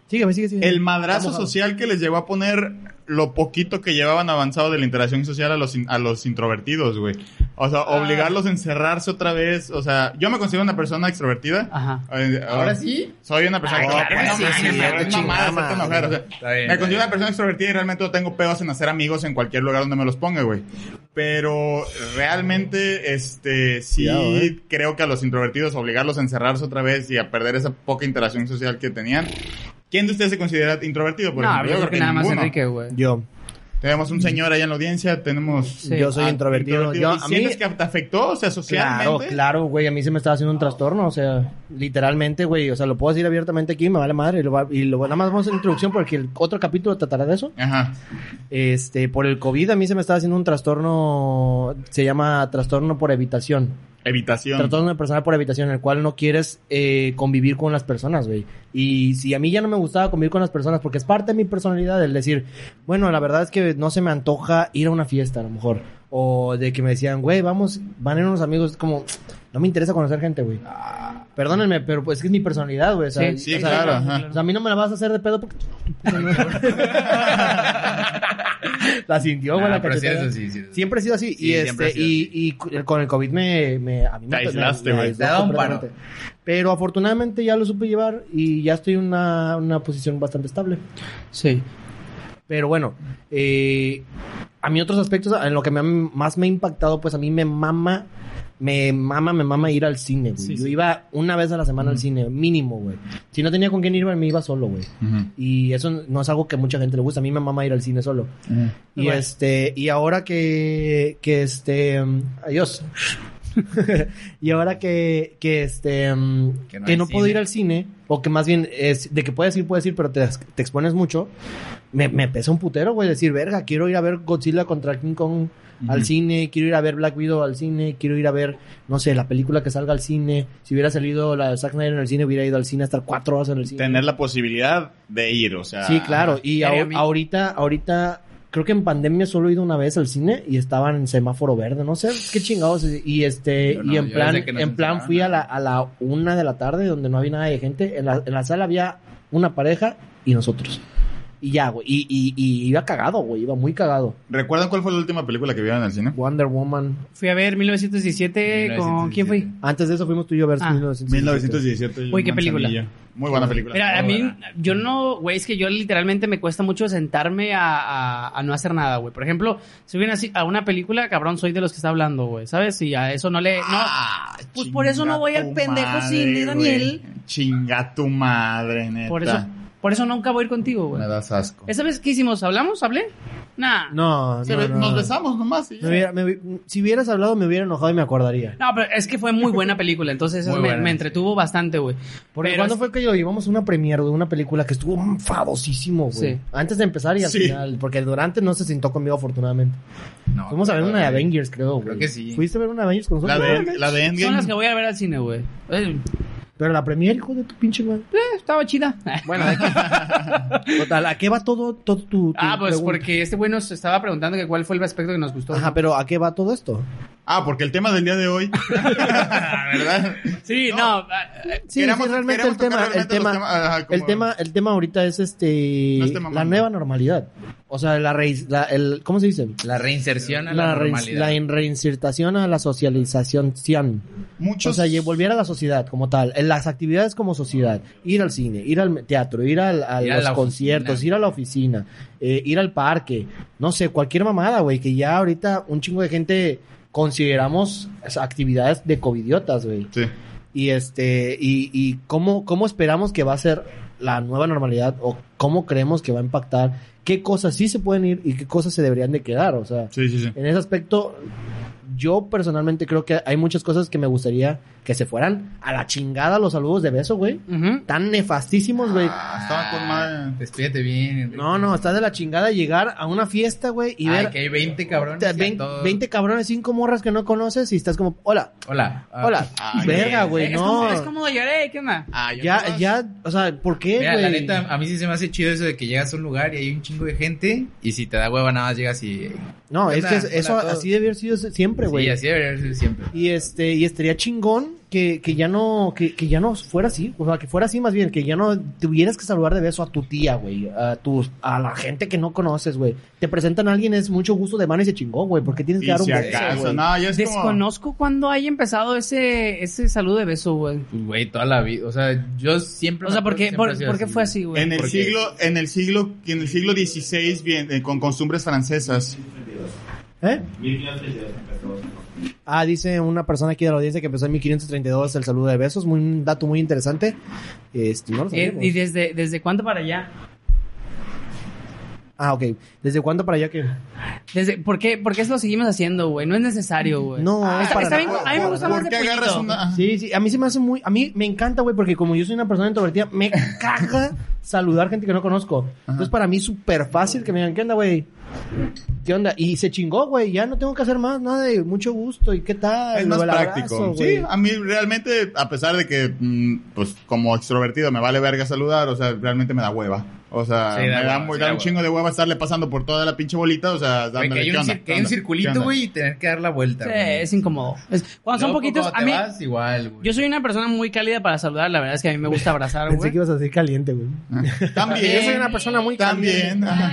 Speaker 3: Sígueme, sigue, sigue.
Speaker 1: el madrazo
Speaker 3: Estamos hablando.
Speaker 1: social que les llegó a poner lo poquito que llevaban avanzado de la interacción social a los, in- a los introvertidos, güey. O sea, obligarlos a encerrarse otra vez. O sea, yo me considero una persona extrovertida.
Speaker 2: Ajá.
Speaker 1: Eh,
Speaker 4: Ahora sí.
Speaker 1: Soy una persona
Speaker 4: Ah,
Speaker 1: que-
Speaker 4: claro,
Speaker 1: no
Speaker 4: sí,
Speaker 1: mames,
Speaker 4: sí,
Speaker 1: cabrón,
Speaker 4: ya
Speaker 1: es
Speaker 4: te
Speaker 1: mamada,
Speaker 3: chingada,
Speaker 1: hacerte
Speaker 3: madre.
Speaker 1: enojar, o sea,
Speaker 4: Está bien,
Speaker 1: me
Speaker 4: está
Speaker 1: considero
Speaker 4: bien.
Speaker 1: una persona extrovertida y realmente no tengo pedos en hacer amigos en cualquier lugar donde me los ponga, güey. Pero realmente, este, sí
Speaker 3: Cuidado, eh.
Speaker 1: creo que a los introvertidos obligarlos a encerrarse otra vez y a perder esa poca interacción social que tenían. ¿Quién de ustedes se considera introvertido? Por
Speaker 2: No,
Speaker 1: ejemplo?
Speaker 2: yo creo que nada más
Speaker 1: ninguno.
Speaker 2: Enrique, güey.
Speaker 3: Yo,
Speaker 1: Tenemos un señor allá en la audiencia, tenemos...
Speaker 2: Sí.
Speaker 3: yo soy
Speaker 1: Ah,
Speaker 3: introvertido. Yo,
Speaker 1: introvertido. ¿Y
Speaker 3: a mí,
Speaker 1: ¿Sientes que te afectó, o sea, socialmente?
Speaker 3: Claro, claro, güey. A mí se me estaba haciendo un trastorno. O sea, literalmente, güey. O sea, lo puedo decir abiertamente aquí, me vale madre. Y, lo, va- y lo- nada más vamos a hacer introducción porque el otro capítulo tratará de eso.
Speaker 1: Ajá.
Speaker 3: Este, por el COVID a mí se me estaba haciendo un trastorno. Se llama trastorno por evitación.
Speaker 1: Evitación.
Speaker 3: Trastorno de personal por evitación, en el cual no quieres eh, convivir con las personas, güey. Y si a mí ya no me gustaba convivir con las personas, porque es parte de mi personalidad el decir, bueno, la verdad es que no se me antoja ir a una fiesta, a lo mejor. O de que me decían, güey, vamos, van a ir unos amigos, es como, no me interesa conocer gente, güey. Perdónenme, pero pues es que es mi personalidad, güey. o sea,
Speaker 2: Sí,
Speaker 1: Ah. sí,
Speaker 3: o sea,
Speaker 1: claro, ajá.
Speaker 3: o sea, a mí no me la vas a hacer de pedo porque... [laughs] la sintió, güey,
Speaker 4: Ah,
Speaker 3: la
Speaker 4: pero sí
Speaker 3: cachetada.
Speaker 4: eres así, sí eres así.
Speaker 3: Siempre he sido así.
Speaker 4: Sí,
Speaker 3: y,
Speaker 4: siempre
Speaker 3: este,
Speaker 4: ha sido
Speaker 3: y,
Speaker 4: así.
Speaker 3: y cu- con el COVID me... me, a mí me
Speaker 1: Te aislaste, güey.
Speaker 3: aisló
Speaker 4: Te daba un
Speaker 3: completamente.
Speaker 4: paro.
Speaker 3: Pero afortunadamente ya lo supe llevar y ya estoy en una, una posición bastante estable.
Speaker 2: Sí.
Speaker 3: Pero bueno, eh, a mí otros aspectos, en lo que me han- más me ha impactado, pues a mí me mama, me mama, me mama ir al cine, güey.
Speaker 2: Sí,
Speaker 3: Yo
Speaker 2: sí.
Speaker 3: iba una vez a la semana al cine, mínimo, güey. Si no tenía con quién ir, me iba solo, güey.
Speaker 1: Ujú.
Speaker 3: Y eso no es algo que mucha gente le gusta. A mí me mama ir al cine solo. Y
Speaker 2: Bueno.
Speaker 3: este, y ahora que, que este, mm, adiós. [laughs] y ahora que, que este, mm,
Speaker 4: Que
Speaker 3: que no,
Speaker 4: no hay
Speaker 3: puedo
Speaker 4: cine.
Speaker 3: ir al cine, o que más bien es de que puedes ir, puedes ir, pero te, te expones mucho, me, me pesa un putero, güey, decir, verga, quiero ir a ver Godzilla contra King Kong al cine, quiero ir a ver Black Widow al cine, quiero ir a ver, no sé, la película que salga al cine. Si hubiera salido la de Zack Snyder en el cine, hubiera ido al cine a estar cuatro horas en el cine.
Speaker 1: Tener la posibilidad de ir, o sea...
Speaker 3: Sí, claro. Y
Speaker 2: Pero
Speaker 3: ahor-
Speaker 2: a mí-
Speaker 3: ahorita, ahorita, creo que en pandemia solo he ido una vez al cine y estaba en semáforo verde, no sé, qué chingados. Y este,
Speaker 4: Yo no,
Speaker 3: y en
Speaker 4: yo
Speaker 3: plan,
Speaker 4: desde que nos
Speaker 3: en plan fui a la, a la una de la tarde donde no había nada de gente. En la, en la sala había una pareja y nosotros. Y ya, güey. Y, y, y iba cagado, güey. Iba muy cagado.
Speaker 1: ¿Recuerdan cuál fue la última película que vieron en el cine?
Speaker 3: Wonder Woman.
Speaker 2: Fui a ver 1917, con... ¿Quién fui?
Speaker 3: Antes de eso fuimos tú y yo a ver
Speaker 2: Ah.
Speaker 3: 1917.
Speaker 1: 1917.
Speaker 2: Uy, qué
Speaker 1: Manzanillo.
Speaker 2: película.
Speaker 1: Muy buena película.
Speaker 2: Mira, eh, a
Speaker 4: Muy
Speaker 2: mí,
Speaker 4: buena.
Speaker 2: yo no, güey, es que yo literalmente me cuesta mucho sentarme a, a- a no hacer nada, güey. Por ejemplo, si viene así a una película, cabrón, soy de los que está hablando, güey, ¿sabes? Y a eso no le. No,
Speaker 1: Ah,
Speaker 2: pues por eso no voy al pendejo cine,
Speaker 1: sin
Speaker 2: Daniel.
Speaker 1: Chinga tu madre, neta.
Speaker 2: Por eso, por eso nunca voy a ir contigo, güey.
Speaker 4: Me das asco.
Speaker 2: ¿Esa vez qué hicimos? ¿Hablamos? ¿Hablé? Nah. No.
Speaker 3: No,
Speaker 1: Se
Speaker 3: no,
Speaker 1: be-
Speaker 3: no.
Speaker 1: Nos besamos nomás. y ya.
Speaker 3: Me hubiera- me hubi- si hubieras hablado, me hubiera enojado y me acordaría.
Speaker 2: pero es que fue muy buena película, entonces
Speaker 4: Muy
Speaker 2: me,
Speaker 4: buena.
Speaker 2: me entretuvo bastante, güey.
Speaker 3: Porque
Speaker 2: Pero
Speaker 3: ¿Cuándo
Speaker 2: es-
Speaker 3: fue que lo llevamos a una premiere de una película que estuvo enfadosísimo, güey?
Speaker 2: Sí.
Speaker 3: Antes de empezar y al
Speaker 1: Sí.
Speaker 3: final, porque el durante no se sentó conmigo, afortunadamente.
Speaker 4: No,
Speaker 3: Fuimos a ver
Speaker 4: claro,
Speaker 3: una de
Speaker 4: güey.
Speaker 3: Avengers, creo, güey.
Speaker 4: Creo que sí.
Speaker 3: ¿Fuiste a ver una de Avengers con
Speaker 1: La
Speaker 3: nosotros?
Speaker 1: de, la de Endgame.
Speaker 2: Son las que voy a ver al cine, güey. Eh,
Speaker 3: Pero la premiere, hijo de tu pinche madre.
Speaker 2: estaba chida.
Speaker 4: Bueno, de que-
Speaker 2: [laughs]
Speaker 3: Total, ¿a qué va todo, todo tu, tu
Speaker 2: Ah, pues
Speaker 3: pregunta?
Speaker 2: porque este güey nos estaba preguntando que cuál fue el aspecto que nos gustó.
Speaker 3: Ajá, pero ¿a qué va todo esto?
Speaker 1: Ah, porque el tema del día de hoy. ¿Verdad?
Speaker 2: Sí, no.
Speaker 1: ah,
Speaker 2: eh,
Speaker 3: Sí,
Speaker 1: Queremos-
Speaker 3: sí, realmente
Speaker 1: queremos
Speaker 3: el tema,
Speaker 1: tocar
Speaker 3: el
Speaker 1: realmente los
Speaker 3: tema,
Speaker 1: temas, ajá, como-
Speaker 3: el tema, el tema ahorita es este,
Speaker 1: No es tema
Speaker 3: la
Speaker 1: mamón.
Speaker 3: nueva normalidad. O sea, la, rei- la- el, ¿cómo se dice?
Speaker 4: la reinserción a la,
Speaker 3: La, rein-
Speaker 4: normalidad.
Speaker 3: la en- reinsertación a la socialización. cian. O
Speaker 1: Muchos.
Speaker 3: sea, y volver a la sociedad como tal, en las actividades como sociedad, ir al cine, ir al teatro, ir al- a
Speaker 4: Ir a
Speaker 3: los
Speaker 4: la oficina.
Speaker 3: conciertos, ir a la oficina, eh, ir al parque, no sé, cualquier mamada, güey, que ya ahorita un chingo de gente consideramos esas actividades de covidiotas, güey.
Speaker 1: Sí.
Speaker 3: Y este, y, y cómo, cómo esperamos que va a ser la nueva normalidad o cómo creemos que va a impactar, qué cosas sí se pueden ir y qué cosas se deberían de quedar, o sea.
Speaker 1: Sí, sí, sí.
Speaker 3: En ese aspecto, yo personalmente creo que hay muchas cosas que me gustaría que se fueran a la chingada los saludos de beso, güey.
Speaker 2: ujú.
Speaker 3: Tan nefastísimos, güey.
Speaker 1: Ah, estaba con madre.
Speaker 4: Despídete bien. Enrique.
Speaker 3: No, no, está de la chingada llegar a una fiesta, güey, y
Speaker 4: Ay,
Speaker 3: ver
Speaker 4: que hay 20 cabrones.
Speaker 3: te-
Speaker 4: y a
Speaker 3: vein- 20,
Speaker 4: todos-
Speaker 3: cabrones, cinco morras que no conoces y estás como, hola,
Speaker 4: Hola. ah,
Speaker 3: hola.
Speaker 1: Ay,
Speaker 3: Verga,
Speaker 1: güey.
Speaker 3: güey,
Speaker 2: Es
Speaker 3: no.
Speaker 2: como- Es como lloré, ¿qué onda?
Speaker 1: Ah, yo
Speaker 3: Ya,
Speaker 1: nomás-
Speaker 3: ya, o sea, ¿por qué,
Speaker 4: Mira, la
Speaker 3: güey?
Speaker 4: neta, a mí sí se me hace chido eso de que llegas a un lugar y hay un chingo de gente y si te da hueva nada más llegas y...
Speaker 3: No,
Speaker 4: ¿Qué
Speaker 3: es que
Speaker 4: onda? Hola
Speaker 3: eso
Speaker 4: a todos.
Speaker 3: así debe haber sido siempre, güey.
Speaker 4: Sí, así debería ser siempre.
Speaker 3: Y este, y estaría chingón que, que ya no, que, que ya no fuera así, o sea, que fuera así más bien, que ya no tuvieras que saludar de beso a tu tía, güey, a tus, a la gente que no conoces, güey. Te presentan a alguien, es mucho gusto de mano y se chingó, güey, porque tienes que
Speaker 1: Y
Speaker 3: dar un
Speaker 1: si
Speaker 3: beso,
Speaker 1: acaso,
Speaker 3: güey.
Speaker 1: no, ya es como-
Speaker 2: Desconozco cuándo haya empezado ese, ese saludo de beso, güey.
Speaker 4: Pues, Güey, toda la vida. O sea, yo siempre...
Speaker 2: O sea,
Speaker 4: me
Speaker 2: ¿por
Speaker 4: acuerdo que
Speaker 2: qué,
Speaker 4: siempre
Speaker 2: por,
Speaker 4: ha sido
Speaker 2: por qué fue así, güey?
Speaker 1: En el
Speaker 4: Porque-
Speaker 1: siglo, en el siglo, en el siglo XVI, bien, eh, con costumbres francesas.
Speaker 3: ¿Eh? Ah, dice una persona aquí de la audiencia que empezó en 1532 el saludo de besos, muy, un dato muy interesante. Este, no lo
Speaker 2: Eh,
Speaker 3: sabíamos.
Speaker 2: ¿Y desde, desde cuándo para allá?
Speaker 3: Ah, ok. ¿Desde cuándo para allá que?
Speaker 2: Desde, ¿por, qué, ¿Por qué lo seguimos haciendo, güey? No es necesario, güey.
Speaker 3: No,
Speaker 2: Ah,
Speaker 3: es
Speaker 2: está-
Speaker 3: para
Speaker 2: está bien,
Speaker 3: nada.
Speaker 2: A mí me gusta más
Speaker 1: ¿Por
Speaker 2: de
Speaker 1: qué agarras
Speaker 2: pollito.
Speaker 1: una? ajá.
Speaker 3: Sí, sí, a mí se me hace muy, a mí me encanta, güey, porque como yo soy una persona introvertida, me caga saludar gente que no conozco. Entonces para mí es súper fácil que me digan, ¿qué onda, güey? ¿Qué onda? Y se chingó, güey, ya no tengo que hacer más, nada de mucho gusto, ¿y qué tal?
Speaker 1: Ah, Es más
Speaker 3: O el abrazo,
Speaker 1: práctico.
Speaker 3: güey.
Speaker 1: sí, a mí realmente, a pesar de que, mm, pues, como extrovertido me vale verga saludar, o sea, realmente me da hueva. O sea,
Speaker 4: Sí,
Speaker 1: me
Speaker 4: da
Speaker 1: da,
Speaker 4: hueva,
Speaker 1: muy-
Speaker 4: sí,
Speaker 1: da
Speaker 4: da
Speaker 1: un
Speaker 4: hueva.
Speaker 1: chingo de hueva estarle pasando por toda la pinche bolita, o sea,
Speaker 4: Güey,
Speaker 1: dándole
Speaker 4: que hay un,
Speaker 1: ¿qué onda?
Speaker 4: cir- que
Speaker 1: ¿Qué
Speaker 4: hay un
Speaker 1: onda? ¿Qué
Speaker 4: circulito,
Speaker 1: onda?
Speaker 4: güey, y tener que dar la vuelta.
Speaker 2: Sí,
Speaker 4: güey.
Speaker 2: es incómodo. Es- cuando son
Speaker 4: Luego,
Speaker 2: poquitos,
Speaker 4: cuando
Speaker 2: a
Speaker 4: te
Speaker 2: mí...
Speaker 4: vas, igual, güey.
Speaker 2: Yo soy una persona muy cálida para saludar, la verdad es que a mí me gusta abrazar,
Speaker 3: Pensé
Speaker 2: güey.
Speaker 3: que ibas a decir caliente, güey.
Speaker 1: [laughs] También.
Speaker 3: Yo soy una persona muy
Speaker 1: También. [laughs] ajá.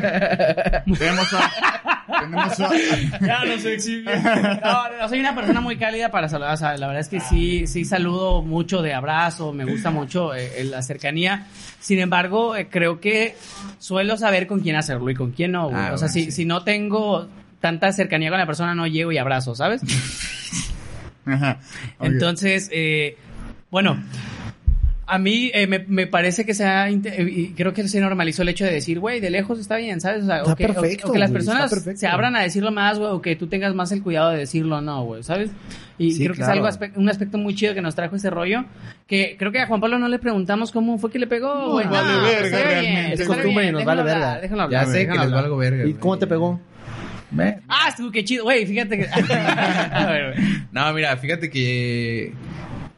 Speaker 1: tenemos a- [laughs] tenemos a-
Speaker 2: Ya [laughs] no soy No, no, soy una persona muy cálida para saludar, o sea, la verdad es que sí, sí saludo mucho de abrazo, me gusta mucho eh, eh, la cercanía. Sin embargo, eh, creo que suelo saber con quién hacerlo y con quién no. güey.
Speaker 4: Ah,
Speaker 2: o sea,
Speaker 4: bueno,
Speaker 2: si,
Speaker 4: sí.
Speaker 2: si no tengo tanta cercanía con la persona, no llego y abrazo, ¿sabes?
Speaker 1: ajá. Oye,
Speaker 2: Entonces, eh, bueno, a mí eh, me, me parece que se ha, inte- eh, y creo que se normalizó el hecho de decir, güey, de lejos está bien, ¿sabes? O, sea,
Speaker 3: Está
Speaker 2: o que, o-
Speaker 3: perfecto,
Speaker 2: o que las
Speaker 3: güey, está
Speaker 2: personas
Speaker 3: perfecto.
Speaker 2: se abran a decirlo más, güey, o que tú tengas más el cuidado de decirlo, no, güey, ¿sabes? Y
Speaker 3: Sí,
Speaker 2: creo que es
Speaker 3: claro.
Speaker 2: algo aspe- un aspecto muy chido que nos trajo ese rollo, que creo que a Juan Pablo no le preguntamos cómo fue que le pegó,
Speaker 1: No,
Speaker 2: güey.
Speaker 1: vale
Speaker 2: pues,
Speaker 1: verga,
Speaker 2: está bien,
Speaker 1: realmente.
Speaker 2: está
Speaker 3: Es costumbre
Speaker 2: bien,
Speaker 3: y nos
Speaker 2: déjalo
Speaker 3: vale
Speaker 2: hablar,
Speaker 3: verga.
Speaker 2: déjalo
Speaker 4: Ya
Speaker 2: hablar,
Speaker 4: sé que
Speaker 2: déjalo
Speaker 4: les
Speaker 2: hablar.
Speaker 4: valgo
Speaker 3: ¿Y
Speaker 4: verga. güey.
Speaker 3: cómo te pegó?
Speaker 4: Ve.
Speaker 2: Ah, estuvo qué chido, güey, fíjate que... [laughs] A ver, güey.
Speaker 4: No, mira, fíjate que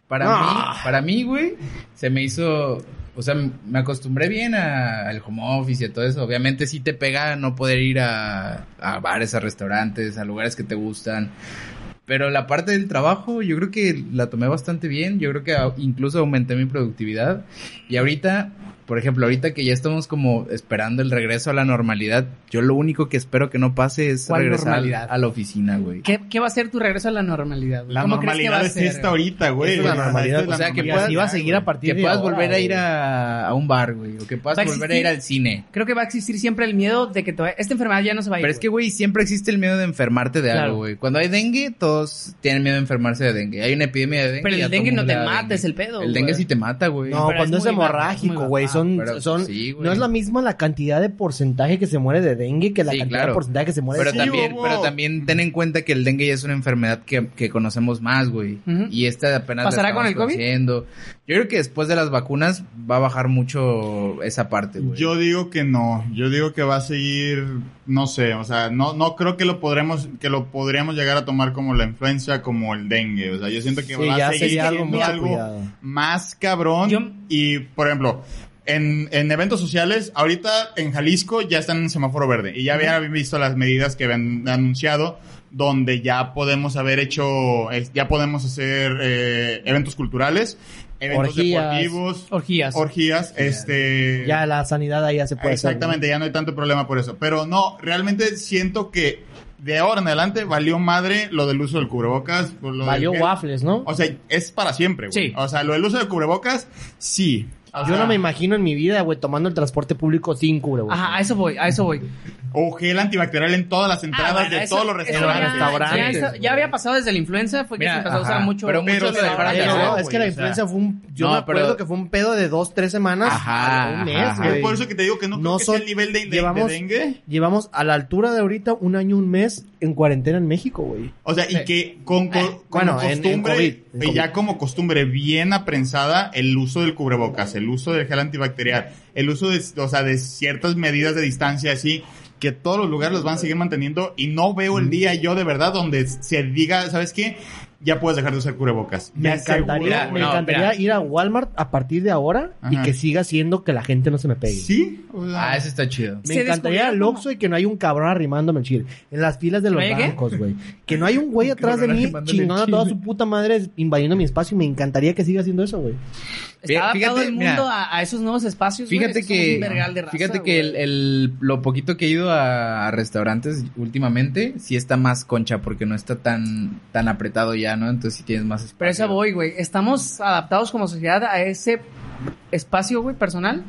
Speaker 4: para
Speaker 3: No.
Speaker 4: mí, para mí, güey, se me hizo, o sea, me acostumbré bien a- al home office y a todo eso. Obviamente sí te pega no poder ir a, a bares, a restaurantes, a lugares que te gustan. Pero la parte del trabajo yo creo que la tomé bastante bien, yo creo que au- incluso aumenté mi productividad y ahorita, por ejemplo, ahorita que ya estamos como esperando el regreso a la normalidad, yo lo único que espero que no pase es
Speaker 2: ¿Cuál
Speaker 4: regresar
Speaker 2: normalidad?
Speaker 4: a la oficina, güey.
Speaker 2: ¿Qué, qué va a ser tu regreso a la normalidad? güey?
Speaker 1: La
Speaker 2: ¿Cómo crees que va
Speaker 1: normalidad
Speaker 2: a
Speaker 1: es
Speaker 2: ser,
Speaker 1: esta
Speaker 2: güey?
Speaker 1: ahorita, güey.
Speaker 3: Esta es la normalidad,
Speaker 1: Esta es
Speaker 4: o sea,
Speaker 1: la
Speaker 4: que
Speaker 3: Y
Speaker 1: normalidad.
Speaker 3: así va a seguir a partir
Speaker 4: Que
Speaker 3: de
Speaker 4: puedas
Speaker 3: ahora,
Speaker 4: volver a ir
Speaker 3: güey.
Speaker 4: a, a un bar, güey. O que
Speaker 2: oh, Va
Speaker 4: puedas
Speaker 2: a
Speaker 4: volver a
Speaker 2: existir.
Speaker 4: ir al cine.
Speaker 2: Creo que va a existir siempre el miedo de que te vaya- esta enfermedad ya no se va a ir.
Speaker 4: Pero es que, güey, siempre existe el miedo de enfermarte de
Speaker 2: Claro.
Speaker 4: algo, güey. Cuando hay dengue, todos tienen miedo de enfermarse de dengue. Hay una epidemia de dengue.
Speaker 2: Pero
Speaker 4: y
Speaker 2: el
Speaker 4: a todo
Speaker 2: dengue no
Speaker 4: mundo
Speaker 2: te
Speaker 4: le da
Speaker 2: mata, es el pedo,
Speaker 4: El dengue
Speaker 2: güey.
Speaker 4: sí te mata, güey.
Speaker 3: No,
Speaker 2: Pero
Speaker 3: cuando
Speaker 2: es
Speaker 3: es,
Speaker 2: muy bajo, muy
Speaker 3: hemorrágico, güey,
Speaker 2: bajo.
Speaker 3: son,
Speaker 4: pero
Speaker 3: son,
Speaker 4: sí, güey.
Speaker 3: no es la misma la cantidad de porcentaje que se muere de dengue que la
Speaker 4: Sí,
Speaker 3: cantidad de
Speaker 4: claro.
Speaker 3: porcentaje que se muere
Speaker 4: Pero
Speaker 3: de
Speaker 1: Sí,
Speaker 4: también,
Speaker 1: hubo.
Speaker 4: pero también ten en cuenta que el dengue ya es una enfermedad que, que conocemos más, güey.
Speaker 2: Ujú.
Speaker 4: Y esta apenas la
Speaker 2: ¿Pasará
Speaker 4: estamos
Speaker 2: con el COVID?
Speaker 4: conociendo. Yo creo que después de las vacunas va a bajar mucho esa parte, güey.
Speaker 1: Yo digo que no, yo digo que va a seguir, no sé, o sea, no, no creo que lo podremos, que lo podríamos llegar a tomar como la influenza, como el dengue, o sea, yo siento que
Speaker 3: Sí,
Speaker 1: va
Speaker 3: ya
Speaker 1: a seguir
Speaker 3: sería algo
Speaker 1: siendo
Speaker 3: mucho
Speaker 1: algo
Speaker 3: cuidado.
Speaker 1: más cabrón
Speaker 2: Yo-
Speaker 1: y, por ejemplo, en, en eventos sociales, ahorita en Jalisco ya están en semáforo verde y ya habían visto las medidas que habían anunciado donde ya podemos haber hecho, es- ya podemos hacer eh, eventos culturales, eventos
Speaker 3: Orgías.
Speaker 1: deportivos,
Speaker 2: Orgías.
Speaker 1: orgías, este...
Speaker 3: Ya la sanidad ahí ya se puede hacer, ¿no?
Speaker 1: Exactamente, ya no hay tanto problema por eso. Pero no, realmente siento que de ahora en adelante valió madre lo del uso del cubrebocas. por lo
Speaker 3: Valió
Speaker 1: del gel.
Speaker 3: waffles, ¿no?
Speaker 1: O sea, es para siempre, güey.
Speaker 2: Sí.
Speaker 1: O sea, lo del uso del cubrebocas, sí. O
Speaker 3: Yo
Speaker 1: sea,
Speaker 3: no me imagino en mi vida, güey, tomando el transporte público sin cubrebocas.
Speaker 2: Ajá, a eso voy, a eso voy.
Speaker 1: O gel antibacterial en todas las
Speaker 2: Ah,
Speaker 1: entradas
Speaker 2: bueno,
Speaker 1: de
Speaker 2: eso-
Speaker 1: todos los
Speaker 2: eso
Speaker 1: restaurantes.
Speaker 2: ya- Ya,
Speaker 3: restaurantes,
Speaker 2: eso-
Speaker 3: güey.
Speaker 2: ya había pasado desde la influenza, fue que
Speaker 4: Mira,
Speaker 2: se empezó a usar
Speaker 4: ajá,
Speaker 2: mucho.
Speaker 4: pero muchos
Speaker 1: Pero
Speaker 4: lo dejaron de
Speaker 1: se
Speaker 3: Pero,
Speaker 1: vale,
Speaker 4: hacer.
Speaker 1: no,
Speaker 3: es
Speaker 1: güey, o
Speaker 3: que la
Speaker 1: sea.
Speaker 3: influenza fue un... Yo
Speaker 4: No,
Speaker 3: me acuerdo
Speaker 4: pero-
Speaker 3: que fue un pedo de dos, tres semanas.
Speaker 4: Ajá,
Speaker 3: a un mes,
Speaker 4: ajá, ajá.
Speaker 1: Es
Speaker 3: güey.
Speaker 1: por eso que te digo que no,
Speaker 3: No
Speaker 1: creo
Speaker 3: son-
Speaker 1: que sea el nivel de, de- de
Speaker 3: llevamos-
Speaker 1: dengue.
Speaker 3: Llevamos a la altura de ahorita un año, un mes en cuarentena en México, güey.
Speaker 1: O sea, y que con, co-
Speaker 3: Eh,
Speaker 1: como
Speaker 3: bueno, en- en
Speaker 1: costumbre,
Speaker 3: COVID, en
Speaker 1: y ya
Speaker 3: COVID.
Speaker 1: como costumbre bien aprensada, el uso del cubrebocas, el uso del gel antibacterial, el uso de, o sea, de ciertas medidas de distancia así, que todos los lugares los van a seguir manteniendo y no veo
Speaker 3: Mm.
Speaker 1: el día yo de verdad donde se diga, ¿sabes qué? Ya puedes dejar de usar cubrebocas.
Speaker 3: Me
Speaker 1: Ya
Speaker 3: encantaría,
Speaker 1: seguro,
Speaker 3: me
Speaker 1: güey.
Speaker 4: no,
Speaker 3: encantaría
Speaker 4: espera.
Speaker 3: ir a Walmart a partir de ahora y
Speaker 1: Ajá.
Speaker 3: que siga siendo que la gente no se me pegue.
Speaker 1: Sí, o sea,
Speaker 4: Ah, eso está chido.
Speaker 3: Me
Speaker 2: Se
Speaker 3: encantaría
Speaker 2: descubrió
Speaker 3: al
Speaker 2: cómo-
Speaker 3: Oxxo y que no hay un cabrón arrimándome el chile. En las filas de los
Speaker 2: ¿Oye, qué?
Speaker 3: bancos, güey. Que no hay [laughs] un güey atrás de
Speaker 4: Cabrón
Speaker 3: mí
Speaker 4: arrimándole el
Speaker 3: chingando a toda
Speaker 4: chile.
Speaker 3: su puta madre invadiendo mi espacio. Y me encantaría que siga haciendo eso, güey.
Speaker 2: Estaba
Speaker 4: Fíjate,
Speaker 2: todo el
Speaker 4: mira.
Speaker 2: mundo a, a esos nuevos espacios. Pues, güey,
Speaker 4: Fíjate
Speaker 2: eso es un
Speaker 4: que,
Speaker 2: vergal de raza,
Speaker 4: fíjate que el,
Speaker 2: güey.
Speaker 4: el- lo poquito que he ido a, a restaurantes últimamente, sí está más concha porque no está tan, tan apretado ya, ¿no? Entonces sí tienes más espacio.
Speaker 2: Pero esa voy, güey. Estamos adaptados como sociedad a ese espacio, güey, personal.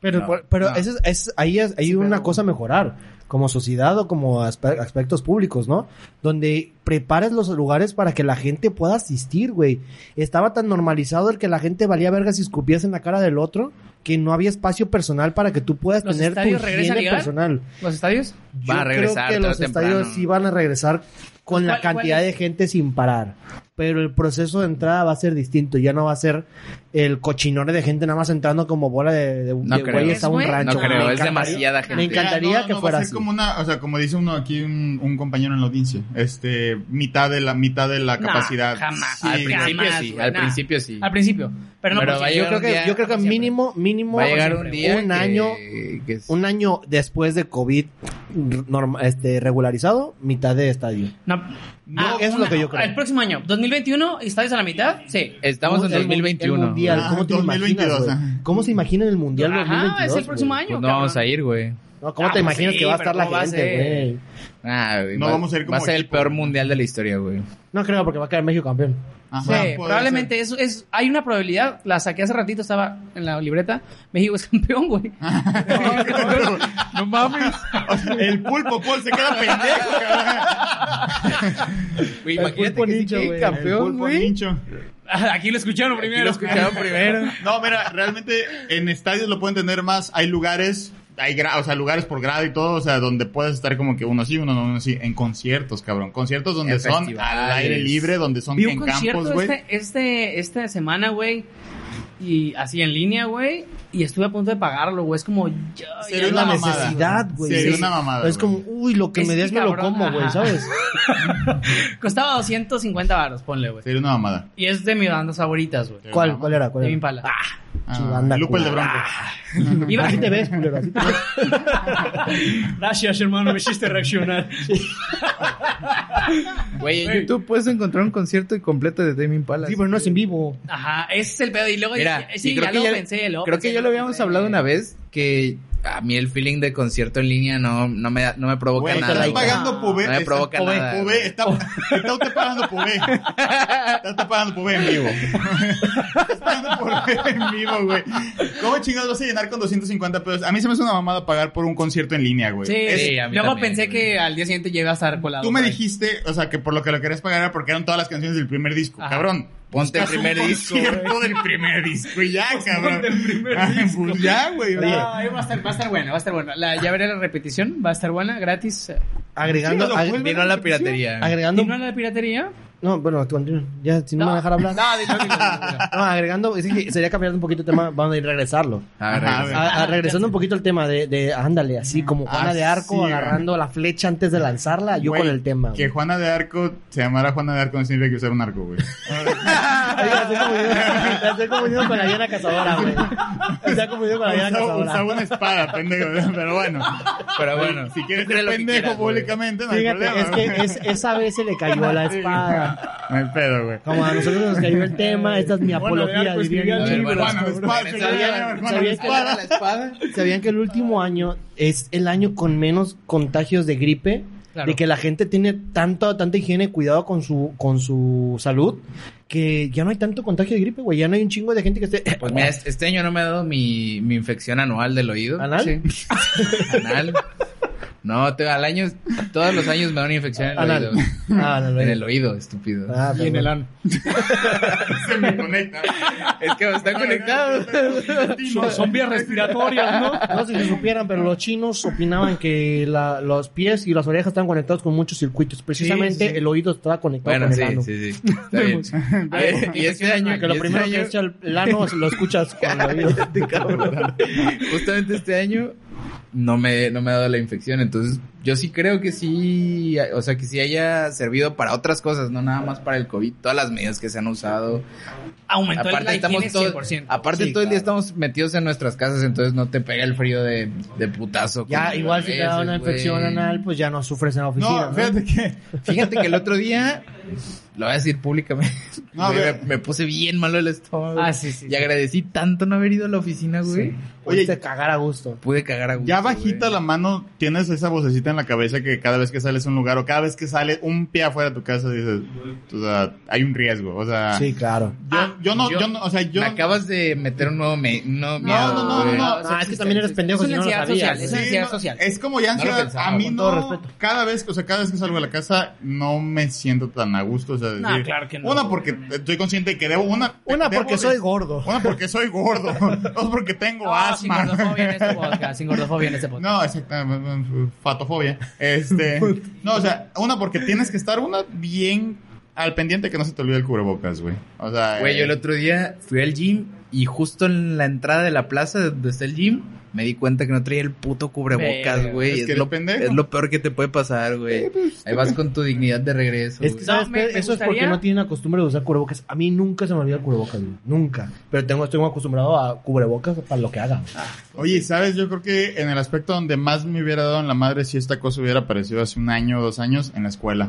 Speaker 3: Pero,
Speaker 4: No,
Speaker 3: por- pero
Speaker 4: no.
Speaker 3: eso es, es- ahí es, ahí
Speaker 2: Sí,
Speaker 3: hay una
Speaker 2: pero-
Speaker 3: cosa a mejorar, como sociedad o como aspe- aspectos públicos, ¿no? Donde prepares los lugares para que la gente pueda asistir, güey. Estaba tan normalizado el que la gente valía verga si escupías en la cara del otro que no había espacio personal para que tú puedas
Speaker 2: ¿Los
Speaker 3: tener tu
Speaker 2: estadios regresan a
Speaker 3: higiene
Speaker 2: ligar?
Speaker 3: personal.
Speaker 2: Los estadios.
Speaker 4: Va a regresar
Speaker 3: creo que
Speaker 4: tarde o
Speaker 3: los
Speaker 4: temprano.
Speaker 3: estadios sí van a regresar con la
Speaker 2: ¿Cuál- cuál
Speaker 3: cantidad
Speaker 2: es?
Speaker 3: de gente sin parar. Pero el proceso de entrada va a ser distinto. Ya no va a ser el cochinone de gente nada más entrando como bola de, de,
Speaker 4: No
Speaker 3: de
Speaker 4: creo.
Speaker 3: güeyes a un
Speaker 2: Es muy-
Speaker 3: rancho.
Speaker 4: No creo,
Speaker 3: Me
Speaker 4: es
Speaker 3: encantaría-
Speaker 4: demasiada
Speaker 3: Me
Speaker 4: gente.
Speaker 3: encantaría
Speaker 1: no,
Speaker 3: que
Speaker 1: no,
Speaker 3: fuera
Speaker 1: va a
Speaker 3: así.
Speaker 1: ser como una, o sea, como dice uno aquí un, un compañero en la audiencia, este, mitad de la mitad de la
Speaker 2: No,
Speaker 1: capacidad.
Speaker 2: jamás.
Speaker 1: Sí,
Speaker 4: al principio
Speaker 2: jamás,
Speaker 4: sí,
Speaker 2: güey,
Speaker 4: al
Speaker 2: nah.
Speaker 4: principio sí.
Speaker 2: Al principio. Pero no
Speaker 4: Pero
Speaker 2: por
Speaker 4: va a
Speaker 2: siempre.
Speaker 3: Yo creo
Speaker 4: llegar un
Speaker 3: que,
Speaker 4: día-
Speaker 3: yo creo que
Speaker 2: siempre.
Speaker 3: mínimo, mínimo,
Speaker 4: Va a llegar un
Speaker 2: siempre,
Speaker 4: día
Speaker 3: un
Speaker 4: que-
Speaker 3: año-
Speaker 4: que es-
Speaker 3: un año después de COVID norma- este, regularizado, mitad de estadio.
Speaker 2: No.
Speaker 1: No,
Speaker 2: Ah,
Speaker 3: eso es lo que yo creo.
Speaker 2: El próximo año, 2021, estadios a la mitad. Sí.
Speaker 4: Estamos en
Speaker 3: El mu- el
Speaker 4: 2021.
Speaker 3: mundial,
Speaker 1: Ah,
Speaker 3: ¿cómo te lo imaginas,
Speaker 1: 2022,
Speaker 3: güey?
Speaker 1: ajá.
Speaker 3: ¿Cómo se imagina el mundial
Speaker 2: Ajá,
Speaker 3: 2022?
Speaker 2: es el próximo
Speaker 3: güey?
Speaker 2: año.
Speaker 4: Pues no vamos
Speaker 2: cabrón.
Speaker 4: a ir, güey.
Speaker 3: No, ¿Cómo
Speaker 2: Ah, pues
Speaker 3: te imaginas
Speaker 2: sí,
Speaker 3: que va a
Speaker 2: pero
Speaker 3: estar la
Speaker 2: ¿cómo va a
Speaker 3: gente,
Speaker 2: ser?
Speaker 3: güey?
Speaker 4: Ah, güey,
Speaker 1: No
Speaker 4: va,
Speaker 1: vamos a ir como
Speaker 4: va a ser el
Speaker 1: equipo.
Speaker 4: peor mundial de la historia, güey.
Speaker 3: No creo, porque va a quedar México campeón.
Speaker 1: Ajá,
Speaker 2: Sí,
Speaker 1: puede
Speaker 2: probablemente eso es, hay una probabilidad, la saqué hace ratito, estaba en la libreta, México es [laughs] campeón, güey.
Speaker 4: No mames.
Speaker 1: ser. El pulpo Paul se queda pendejo, cabrón.
Speaker 4: imagínate
Speaker 3: pulpo
Speaker 4: que sí
Speaker 3: ninja,
Speaker 4: quede
Speaker 3: güey.
Speaker 1: El
Speaker 4: campeón,
Speaker 1: pulpo
Speaker 4: güey.
Speaker 1: nincho.
Speaker 2: Aquí lo escucharon
Speaker 4: Aquí
Speaker 2: primero.
Speaker 4: Lo escucharon primero.
Speaker 1: No, mira, realmente en estadios lo pueden tener más. Hay lugares, hay gra- o sea, lugares por grado y todo, o sea, donde puedes estar como que uno sí, uno no, uno sí. En conciertos, cabrón. Conciertos donde
Speaker 4: En
Speaker 1: son al
Speaker 4: festivales.
Speaker 1: aire libre, donde son
Speaker 2: Vi un
Speaker 1: en
Speaker 2: concierto
Speaker 1: campos, güey.
Speaker 2: este, este, esta semana, güey, y así en línea, güey, y estuve a punto de pagarlo, güey, es como... ya,
Speaker 1: Sería
Speaker 2: ya
Speaker 1: una
Speaker 2: no-
Speaker 1: mamada.
Speaker 3: necesidad, güey.
Speaker 1: Sería
Speaker 3: Es-
Speaker 1: una mamada,
Speaker 3: Es como,
Speaker 1: güey.
Speaker 3: uy, lo que
Speaker 2: Es
Speaker 3: me des
Speaker 2: que
Speaker 3: me lo
Speaker 2: cabrón,
Speaker 3: como, güey,
Speaker 2: ajá.
Speaker 3: ¿sabes?
Speaker 2: Costaba 250 baros, ponle, güey.
Speaker 1: Sería una mamada.
Speaker 2: Y es de mis bandas favoritas, güey.
Speaker 1: Sería una
Speaker 3: ¿Cuál,
Speaker 1: mamada.
Speaker 3: cuál era?
Speaker 2: De
Speaker 3: ¿Cuál
Speaker 2: mi
Speaker 3: era?
Speaker 2: pala.
Speaker 1: Ah,
Speaker 3: Chivanda,
Speaker 1: Lupe el de
Speaker 3: culero.
Speaker 1: Bronco.
Speaker 2: Iba-
Speaker 3: Así te ves, culero, así te ves.
Speaker 2: Gracias, hermano, me hiciste reaccionar.
Speaker 4: Güey, en
Speaker 2: Güey.
Speaker 4: YouTube puedes encontrar un concierto completo de Damien Palace.
Speaker 3: Sí, pero no es en vivo.
Speaker 2: Ajá, ese es el pedo. Y luego
Speaker 4: Mira,
Speaker 2: sí,
Speaker 4: y creo
Speaker 2: ya
Speaker 4: que
Speaker 2: lo
Speaker 4: ya,
Speaker 2: pensé, lo
Speaker 4: creo
Speaker 2: pensé,
Speaker 4: que ya lo habíamos
Speaker 2: pensé.
Speaker 4: hablado una vez que a mí el feeling de concierto en línea no, no me da- no me provoca
Speaker 1: Güey,
Speaker 4: nada.
Speaker 1: estás
Speaker 4: güey.
Speaker 1: pagando pubé.
Speaker 4: No me
Speaker 1: estás-
Speaker 4: provoca
Speaker 1: pubé,
Speaker 4: nada.
Speaker 1: pubé, está, está usted pagando pubé. Está usted pagando pubé en vivo. Estás pagando pubé en vivo, güey. ¿Cómo chingados vas a llenar con 250 pesos? A mí se me hace una mamada pagar por un concierto en línea, güey.
Speaker 2: Sí,
Speaker 1: Es-
Speaker 4: Sí, a mí
Speaker 2: luego
Speaker 4: también,
Speaker 2: pensé
Speaker 4: güey.
Speaker 2: que al día siguiente llegué a estar colado.
Speaker 1: Tú me
Speaker 2: güey.
Speaker 1: dijiste, o sea, que por lo que lo querías pagar era porque eran todas las canciones del primer disco.
Speaker 2: Ajá.
Speaker 1: Cabrón,
Speaker 4: Ponte el primer
Speaker 1: un
Speaker 4: disco,
Speaker 1: concierto
Speaker 4: güey.
Speaker 1: del primer disco y ya, cabrón.
Speaker 4: el primer
Speaker 1: Ah, Pues ya, güey.
Speaker 2: No, ahí va a estar, va a estar buena, va a estar buena. La, ya veré la repetición, va a estar buena, gratis.
Speaker 3: Agregando.
Speaker 4: Sí,
Speaker 3: ag-
Speaker 4: Vino a la piratería.
Speaker 3: agregando.
Speaker 2: ¿Y no la [laughs] piratería?
Speaker 3: No, bueno, continúa. Ya, si no, me van a dejar hablar.
Speaker 2: No, dilo, dilo, dilo, dilo.
Speaker 3: No, agregando. es que sería cambiar un poquito el tema. Vamos a ir a regresarlo.
Speaker 4: Ah,
Speaker 1: Ajá,
Speaker 4: regresa.
Speaker 1: a ver.
Speaker 3: A- a- regresando un poquito al tema de, de ándale, así como Juana
Speaker 1: Ah,
Speaker 3: de Arco
Speaker 1: sí,
Speaker 3: agarrando la flecha antes de lanzarla, yo
Speaker 1: Güey,
Speaker 3: con el tema.
Speaker 1: Que
Speaker 3: güey.
Speaker 1: Juana de Arco se llamara Juana de Arco no significa que usara un arco,
Speaker 3: [laughs]
Speaker 1: güey.
Speaker 3: Oiga, estoy confundido- estoy confundido con la Diana Cazadora, güey. Estoy confundido con la Diana
Speaker 1: Usaba, usaba
Speaker 3: Cazadora.
Speaker 1: una espada, pendejo. [laughs] Pero bueno.
Speaker 4: Pero bueno.
Speaker 1: Si quieres
Speaker 4: tú cree
Speaker 1: ser
Speaker 4: lo que
Speaker 1: pendejo
Speaker 4: quieras, güey.
Speaker 1: públicamente, no hay problema.
Speaker 3: Fíjate, es que
Speaker 1: güey.
Speaker 3: es- esa vez se le cayó la espada.
Speaker 1: No hay pedo, güey.
Speaker 3: Como a nosotros nos cayó el tema, esta es mi
Speaker 1: Bueno, pues, de
Speaker 3: apología.
Speaker 1: Arco escribía
Speaker 3: dirían.
Speaker 4: A ver,
Speaker 1: libros,
Speaker 4: bueno,
Speaker 1: Juana de Espada,
Speaker 4: cabrón.
Speaker 1: se
Speaker 4: Sabía-
Speaker 1: llamaba Juana de
Speaker 3: sabía que
Speaker 1: Espada.
Speaker 3: ¿Sabían que el último año es el año con menos contagios de gripe?
Speaker 2: Claro.
Speaker 3: De que la gente tiene tanto, tanta higiene, cuidado con su, con su salud, que ya no hay tanto contagio de gripe, güey. Ya no hay un chingo de gente que esté.
Speaker 4: Pues mira, este este año no me ha dado mi, mi infección anual del
Speaker 3: [coughs]
Speaker 4: oído.
Speaker 3: ¿Anal?
Speaker 4: Sí. Anal. No, te- al año, todos los años me da una infección en el
Speaker 3: Anal.
Speaker 4: oído.
Speaker 3: Ah, no, no,
Speaker 4: En el
Speaker 3: no.
Speaker 4: oído, estúpido.
Speaker 3: Ah, perdón.
Speaker 1: Se [laughs] me conecta.
Speaker 4: Es que están conectados.
Speaker 2: Son, son vías respiratorias, ¿no?
Speaker 3: [laughs] No sé si supieran, pero los chinos opinaban que la- los pies y las orejas estaban conectados con muchos circuitos. Precisamente
Speaker 2: sí, sí.
Speaker 3: el oído estaba conectado
Speaker 4: Bueno,
Speaker 3: con el
Speaker 4: sí,
Speaker 3: ano.
Speaker 4: sí, sí. Está bien.
Speaker 2: [laughs]
Speaker 4: Eh, Y este año,
Speaker 3: Que lo
Speaker 4: y este
Speaker 3: primero que
Speaker 4: año-
Speaker 3: echa el, el ano lo escuchas con el oído.
Speaker 4: [laughs] Justamente este año no me, no me ha dado la infección, entonces yo sí creo que sí, o sea, que sí haya servido para otras cosas, no nada más para el COVID, todas las medidas que se han usado.
Speaker 2: Aumentó el
Speaker 4: Aparte
Speaker 2: like
Speaker 4: estamos todos,
Speaker 2: 100%.
Speaker 4: aparte
Speaker 3: Sí,
Speaker 4: todo el día
Speaker 3: claro.
Speaker 4: estamos metidos en nuestras casas, entonces no te pega el frío de, de putazo. como
Speaker 3: Ya,
Speaker 4: las
Speaker 3: igual si te da
Speaker 4: veces,
Speaker 3: una infección
Speaker 4: güey.
Speaker 3: anal, pues ya no sufres en la oficina.
Speaker 1: No,
Speaker 3: No,
Speaker 1: fíjate que.
Speaker 4: Fíjate que el otro día, lo voy a decir
Speaker 3: [laughs]
Speaker 4: públicamente,
Speaker 1: No,
Speaker 4: güey,
Speaker 1: a
Speaker 4: me,
Speaker 1: ver.
Speaker 4: me puse bien malo el estómago.
Speaker 2: Ah, sí, sí,
Speaker 4: Y
Speaker 2: sí.
Speaker 4: agradecí tanto no haber ido a la oficina, güey.
Speaker 1: Oye,
Speaker 3: Oye, te cagar a gusto.
Speaker 4: Pude cagar a gusto.
Speaker 1: Ya bajita
Speaker 4: güey.
Speaker 1: la mano, tienes esa vocecita en la cabeza que cada vez que sales a un lugar o cada vez que sale un pie afuera de tu casa dices, o sea, hay un riesgo, o sea,
Speaker 3: Sí, claro.
Speaker 1: yo, yo
Speaker 4: Ah,
Speaker 1: no, yo, no, o sea, yo
Speaker 4: Me acabas de meter un nuevo, me un nuevo miedo.
Speaker 1: no, no,
Speaker 4: güey.
Speaker 1: no.
Speaker 3: Ah, es que también eres pendejo
Speaker 2: Es
Speaker 3: si no lo
Speaker 2: una ansiedad
Speaker 3: sabías.
Speaker 2: social, es
Speaker 1: Sí,
Speaker 2: una ansiedad
Speaker 1: no,
Speaker 2: social.
Speaker 1: Es como ya
Speaker 4: No lo
Speaker 1: ansiedad.
Speaker 4: pensaba,
Speaker 1: a mí
Speaker 3: con
Speaker 1: no.
Speaker 3: todo respeto.
Speaker 1: Cada vez, o sea, cada vez que salgo de la casa no me siento tan a gusto. O sea,
Speaker 2: No,
Speaker 1: decir,
Speaker 2: claro que no.
Speaker 1: Una porque estoy consciente que debo. Una,
Speaker 3: Una
Speaker 1: debo
Speaker 3: porque
Speaker 1: de-
Speaker 3: soy gordo.
Speaker 1: Una porque soy
Speaker 3: [laughs]
Speaker 1: gordo. [laughs] Dos porque tengo
Speaker 2: No, sin
Speaker 1: asma.
Speaker 2: gordofobia en este [laughs] podcast, sin gordofobia en este podcast.
Speaker 1: [laughs] No, exactamente. Fatofobia. Este. No, o sea, una porque tienes que estar una bien al pendiente que no se te olvide el cubrebocas, güey. O sea.
Speaker 4: Güey, yo el
Speaker 1: eh,
Speaker 4: otro día fui al gym y justo en la entrada de la plaza donde está el gym, me di cuenta que no traía el puto cubrebocas,
Speaker 2: Verga.
Speaker 4: güey.
Speaker 1: Es
Speaker 4: Es,
Speaker 1: que eres
Speaker 4: lo,
Speaker 1: pendejo. pues.
Speaker 4: es lo peor que te puede pasar, güey. Ahí vas con tu dignidad de regreso.
Speaker 3: Es que,
Speaker 4: güey.
Speaker 3: ¿sabes
Speaker 2: No, me-
Speaker 3: qué?
Speaker 2: me
Speaker 3: Eso es
Speaker 2: gustaría-
Speaker 3: porque no tienen la costumbre de usar cubrebocas. A mí nunca se me olvida el cubrebocas, güey. Nunca. Pero tengo, estoy muy acostumbrado a cubrebocas para lo que haga.
Speaker 1: Oye, ¿sabes? Yo creo que en el aspecto donde más me hubiera dado en la madre si esta cosa hubiera aparecido hace un año o dos años en la escuela.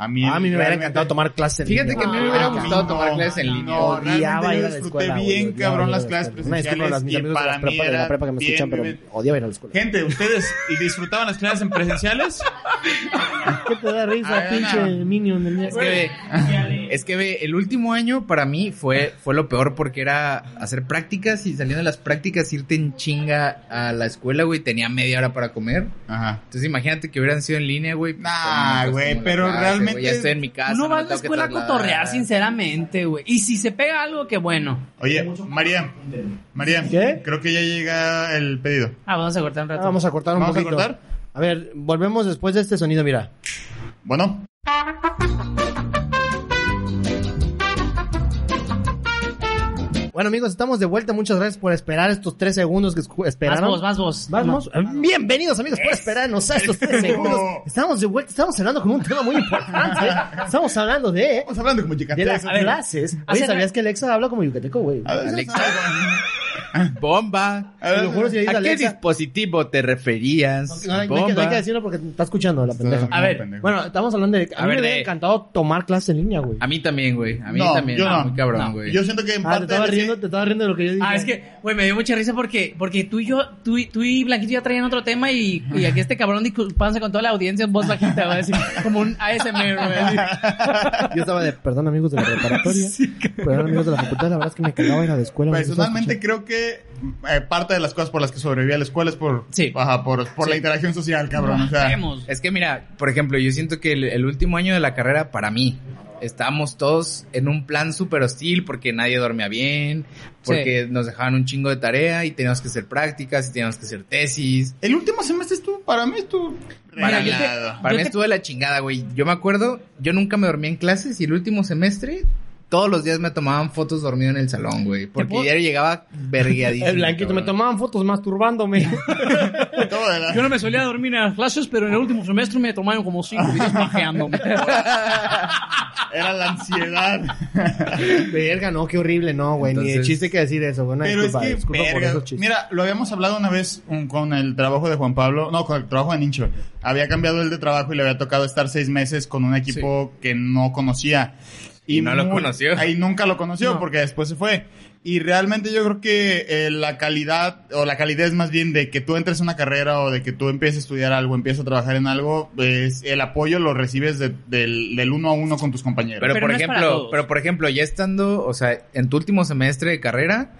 Speaker 1: A mí,
Speaker 3: Ah, a mí me hubiera
Speaker 1: realmente-
Speaker 3: encantado tomar clases. en
Speaker 4: Fíjate
Speaker 3: línea.
Speaker 4: que a mí me
Speaker 2: Ah,
Speaker 4: hubiera
Speaker 2: no,
Speaker 4: gustado tomar
Speaker 1: no,
Speaker 4: clases en
Speaker 1: no,
Speaker 4: línea.
Speaker 1: No,
Speaker 3: Odiaba
Speaker 1: realmente
Speaker 3: ir
Speaker 1: yo
Speaker 3: a la
Speaker 1: disfruté
Speaker 3: escuela. güey,
Speaker 1: bien,
Speaker 3: odiaba
Speaker 1: cabrón,
Speaker 3: ir a
Speaker 1: las
Speaker 3: la
Speaker 1: clases
Speaker 3: escuela. Una disculpa a las-
Speaker 1: presenciales
Speaker 3: mis
Speaker 1: y
Speaker 3: amigos de
Speaker 1: para
Speaker 3: las
Speaker 1: mí
Speaker 3: prepas- de la
Speaker 1: era
Speaker 3: prepa que me
Speaker 1: bien
Speaker 3: escuchan,
Speaker 1: vivi-
Speaker 3: pero odiaba ir a la escuela.
Speaker 1: Gente, ¿ustedes disfrutaban las clases en presenciales?
Speaker 3: ¿Qué te da
Speaker 1: A
Speaker 3: risa,
Speaker 1: ver,
Speaker 3: pinche
Speaker 1: no.
Speaker 3: minion de mierda?
Speaker 4: Es que, ve, es que ve, el último año para mí fue, fue lo peor porque era hacer prácticas y saliendo de las prácticas irte en chinga a la escuela, güey. Tenía media hora para comer.
Speaker 1: Ajá.
Speaker 4: Entonces imagínate que hubieran sido en línea, güey. pues,
Speaker 1: Nah,
Speaker 4: ¿cómo me
Speaker 1: güey,
Speaker 4: acostumo a la
Speaker 1: pero
Speaker 4: clase,
Speaker 1: realmente-
Speaker 4: güey? ya estoy en mi casa.
Speaker 2: Uno
Speaker 4: no
Speaker 2: va
Speaker 4: me
Speaker 2: a la
Speaker 4: tengo que
Speaker 2: escuela a
Speaker 4: trasladar.
Speaker 2: cotorrear, sinceramente, güey. Y si se pega algo, qué bueno.
Speaker 1: Oye, María, María,
Speaker 3: ¿Qué?
Speaker 1: creo que ya llega el pedido.
Speaker 2: Ah, vamos a cortar un rato.
Speaker 3: Ah, vamos a cortar un
Speaker 1: ¿Vamos a
Speaker 3: poquito.
Speaker 1: cortar?
Speaker 3: A ver, volvemos después de este sonido, mira.
Speaker 1: Bueno,
Speaker 3: Bueno, amigos, estamos de vuelta. Muchas gracias por esperar estos tres segundos que escu-
Speaker 2: Más
Speaker 3: esperaron.
Speaker 2: vos, más vos.
Speaker 3: Vamos. Bienvenidos, amigos, por esperarnos a estos tres segundos. Estamos de vuelta. Estamos hablando con un tema muy [laughs] importante. Estamos hablando de,
Speaker 1: vamos hablando como
Speaker 3: de las
Speaker 1: yucatecos.
Speaker 3: clases. Oye,
Speaker 2: hace-
Speaker 3: ¿sabías que Alexa habla como yucateco, güey?
Speaker 1: A ver,
Speaker 4: Alexa.
Speaker 1: ¿sabes?
Speaker 4: Bomba.
Speaker 1: [laughs] A ver,
Speaker 3: Te lo juro, si le dices
Speaker 4: ¿A qué
Speaker 3: Alexa-
Speaker 4: dispositivo te referías?
Speaker 3: No, hay, no hay que, no hay que
Speaker 4: Bomba. Ah,
Speaker 3: decirlo porque está escuchando la pendeja.
Speaker 2: A ver,
Speaker 1: pendejo.
Speaker 3: Bueno, estamos hablando de. A,
Speaker 4: A
Speaker 3: mí
Speaker 4: ver,
Speaker 3: me hubiera
Speaker 4: de-
Speaker 3: encantado tomar clases en línea, güey.
Speaker 4: A mí también, güey. A mí
Speaker 1: No,
Speaker 4: también.
Speaker 1: yo
Speaker 4: Ah,
Speaker 1: no.
Speaker 4: muy cabrón,
Speaker 2: No.
Speaker 4: güey.
Speaker 1: Yo siento que en
Speaker 3: Ah, te
Speaker 1: parte...
Speaker 3: estaba
Speaker 1: de-
Speaker 3: riendo, te estaba riendo de lo que yo dije.
Speaker 2: Ah, es que, güey, me dio mucha risa porque, porque tú y yo, tú, y- tú y Blanquito ya traían otro tema y, y aquí este cabrón disculpándose con toda la audiencia en voz bajita, güey, así, como un ASMR, güey. así.
Speaker 3: Yo estaba de, perdón amigos de la
Speaker 4: [laughs]
Speaker 3: preparatoria, perdón amigos de la facultad, la verdad es que me cagaba ir a la escuela. me empezó a
Speaker 1: Personalmente creo que eh, parte de las cosas por las que sobreviví a la escuela es por,
Speaker 2: Sí.
Speaker 1: ajá, por, por la interacción social, cabrón. O sea,
Speaker 2: Vemos.
Speaker 4: Es que mira, por ejemplo, yo siento que el, el último año de la carrera para mí estábamos todos en un plan súper hostil porque nadie dormía bien, porque nos dejaban un chingo de tarea y teníamos que hacer prácticas y teníamos que hacer tesis.
Speaker 1: El último semestre estuvo, para mí estuvo...
Speaker 4: Para, mí,
Speaker 1: regalado.
Speaker 4: para
Speaker 2: yo
Speaker 4: mí
Speaker 2: te-
Speaker 4: estuvo de la chingada, güey. Yo me acuerdo, yo nunca me dormía en clases y el último semestre todos los días me tomaban fotos dormido en el salón, güey. Porque
Speaker 2: puedo-
Speaker 4: diario llegaba
Speaker 2: [laughs]
Speaker 4: vergueadísimo.
Speaker 3: El blanquito me
Speaker 4: cabrón.
Speaker 3: tomaban fotos
Speaker 4: [laughs]
Speaker 3: masturbándome.
Speaker 1: Todo de la-
Speaker 2: Yo no me solía dormir en las clases, pero en el último semestre me tomaron como cinco videos pajeándome.
Speaker 1: Era la ansiedad.
Speaker 3: Verga, no, qué horrible, no, güey. Ni de
Speaker 4: Entonces-
Speaker 3: chiste que decir eso, güey. Una
Speaker 1: Pero
Speaker 3: disculpa,
Speaker 1: es que,
Speaker 3: disculpa por
Speaker 1: verga,
Speaker 3: esos chistes.
Speaker 1: mira, lo habíamos hablado una vez um, con el trabajo de Juan Pablo, no, con el trabajo de Nincho. Había cambiado él de trabajo y le había tocado estar seis meses con un equipo que no conocía.
Speaker 4: Y no lo conoció.
Speaker 1: Ahí nunca lo conoció porque después se fue. Y realmente yo creo que eh, la calidad, o la calidez más bien de que tú entres a una carrera o de que tú empieces a estudiar algo, empieces a trabajar en algo, es, el apoyo lo recibes de- del, del uno a uno con tus compañeros.
Speaker 4: Pero,
Speaker 2: Pero
Speaker 4: por
Speaker 2: no es para
Speaker 4: ejemplo,
Speaker 2: todos.
Speaker 4: pero por ejemplo, ya estando, o sea, en tu último semestre de carrera,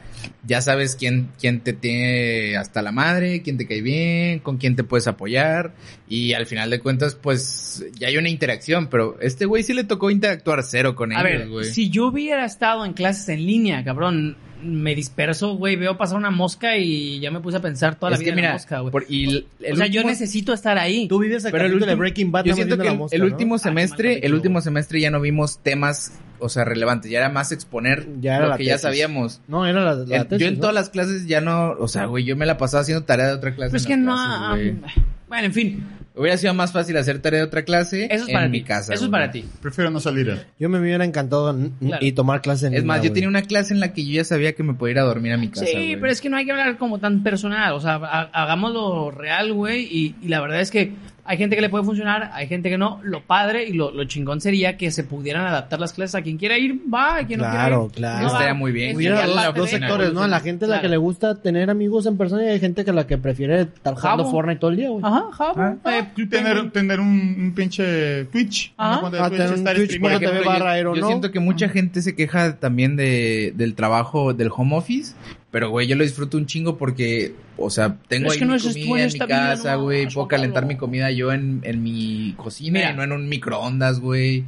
Speaker 4: ya sabes quién, quién te tiene hasta la madre, quién te cae bien, con quién te puedes apoyar, y al final de cuentas, pues, ya hay una interacción, pero este güey sí le tocó interactuar cero con
Speaker 2: A ver,
Speaker 4: ellos, güey.
Speaker 2: si yo hubiera estado en clases en línea, cabrón, me disperso, güey, veo pasar una mosca y ya me puse a pensar toda la
Speaker 4: es que
Speaker 2: vida en la
Speaker 4: mira,
Speaker 2: mosca, güey.
Speaker 4: por- y el,
Speaker 2: O
Speaker 4: el
Speaker 2: sea, yo
Speaker 4: último-
Speaker 2: necesito estar ahí.
Speaker 3: Tú vives el
Speaker 4: Pero el
Speaker 3: capítulo de
Speaker 4: último-
Speaker 3: Breaking Bad
Speaker 4: Yo
Speaker 3: no
Speaker 4: siento
Speaker 3: mordiendo
Speaker 4: que
Speaker 3: la
Speaker 4: el,
Speaker 3: mosca,
Speaker 4: el
Speaker 3: ¿no?
Speaker 4: último
Speaker 2: qué mal
Speaker 4: semestre, el
Speaker 2: capítulo,
Speaker 4: último
Speaker 2: güey.
Speaker 4: semestre ya no vimos temas, o sea, relevantes, ya era más exponer
Speaker 3: Ya era
Speaker 4: lo
Speaker 3: la
Speaker 4: que ya
Speaker 3: tesis.
Speaker 4: sabíamos.
Speaker 3: No, era la, la
Speaker 4: El-
Speaker 3: tesis,
Speaker 4: yo en
Speaker 3: ¿no?
Speaker 4: todas las clases ya no, o sea, güey, yo me la pasaba haciendo tarea de otra
Speaker 2: Pero
Speaker 4: clase.
Speaker 2: Pues es que
Speaker 4: en
Speaker 2: no.
Speaker 4: las clases, güey.
Speaker 2: ah, Bueno, en fin,
Speaker 4: Hubiera sido más fácil hacer tarea de otra clase
Speaker 2: eso es
Speaker 4: en
Speaker 2: para ti.
Speaker 4: mi casa.
Speaker 2: eso es
Speaker 4: güey.
Speaker 2: para ti.
Speaker 1: Prefiero no salir.
Speaker 3: Yo me hubiera encantado n- n-
Speaker 2: Claro.
Speaker 3: y tomar clases en
Speaker 4: Es más,
Speaker 3: línea,
Speaker 4: yo tenía
Speaker 3: güey.
Speaker 4: una clase en la que yo ya sabía que me podía ir a dormir a mi casa.
Speaker 2: sí,
Speaker 4: güey.
Speaker 2: pero es que no hay que hablar como tan personal. O sea, ha- hagámoslo real, güey. Y, y la verdad es que hay gente que le puede funcionar, hay gente que no. Lo padre y lo, lo chingón sería que se pudieran adaptar las clases. A quien quiera ir, va. A quien
Speaker 3: Claro,
Speaker 2: no quiera ir,
Speaker 3: claro.
Speaker 2: no va.
Speaker 4: Estaría muy bien.
Speaker 2: Es
Speaker 3: Hubiera
Speaker 2: ya
Speaker 3: dos,
Speaker 2: parte
Speaker 3: dos
Speaker 2: de-
Speaker 3: sectores, ¿no? A la gente a la que
Speaker 2: Claro.
Speaker 3: le gusta tener amigos en persona y hay gente que a la que prefiere estar jugando
Speaker 2: Jabo.
Speaker 3: Fortnite todo el día, güey.
Speaker 2: Ajá, ajá.
Speaker 1: Ah,
Speaker 2: eh,
Speaker 1: tener, tener un, un pinche Twitch.
Speaker 2: Ajá.
Speaker 1: una cuenta de
Speaker 3: Ah, tener un Twitch,
Speaker 4: Por
Speaker 1: streameando.
Speaker 3: Bueno,
Speaker 4: ejemplo,
Speaker 3: TV barra
Speaker 4: yo,
Speaker 3: aero,
Speaker 4: yo
Speaker 3: ¿no?
Speaker 4: siento que mucha gente se queja también de, del trabajo del home office, pero güey, yo lo disfruto un chingo porque, o sea,
Speaker 2: Pero
Speaker 4: tengo
Speaker 2: es
Speaker 4: ahí
Speaker 2: que no
Speaker 4: mi
Speaker 2: es-
Speaker 4: comida
Speaker 2: tú en
Speaker 4: en mi
Speaker 2: esta vida,
Speaker 4: casa,
Speaker 2: no,
Speaker 4: güey,
Speaker 2: Juan
Speaker 4: puedo calentar
Speaker 2: Pablo.
Speaker 4: mi comida yo en, en mi cocina
Speaker 2: Mira.
Speaker 4: y no en un microondas, güey.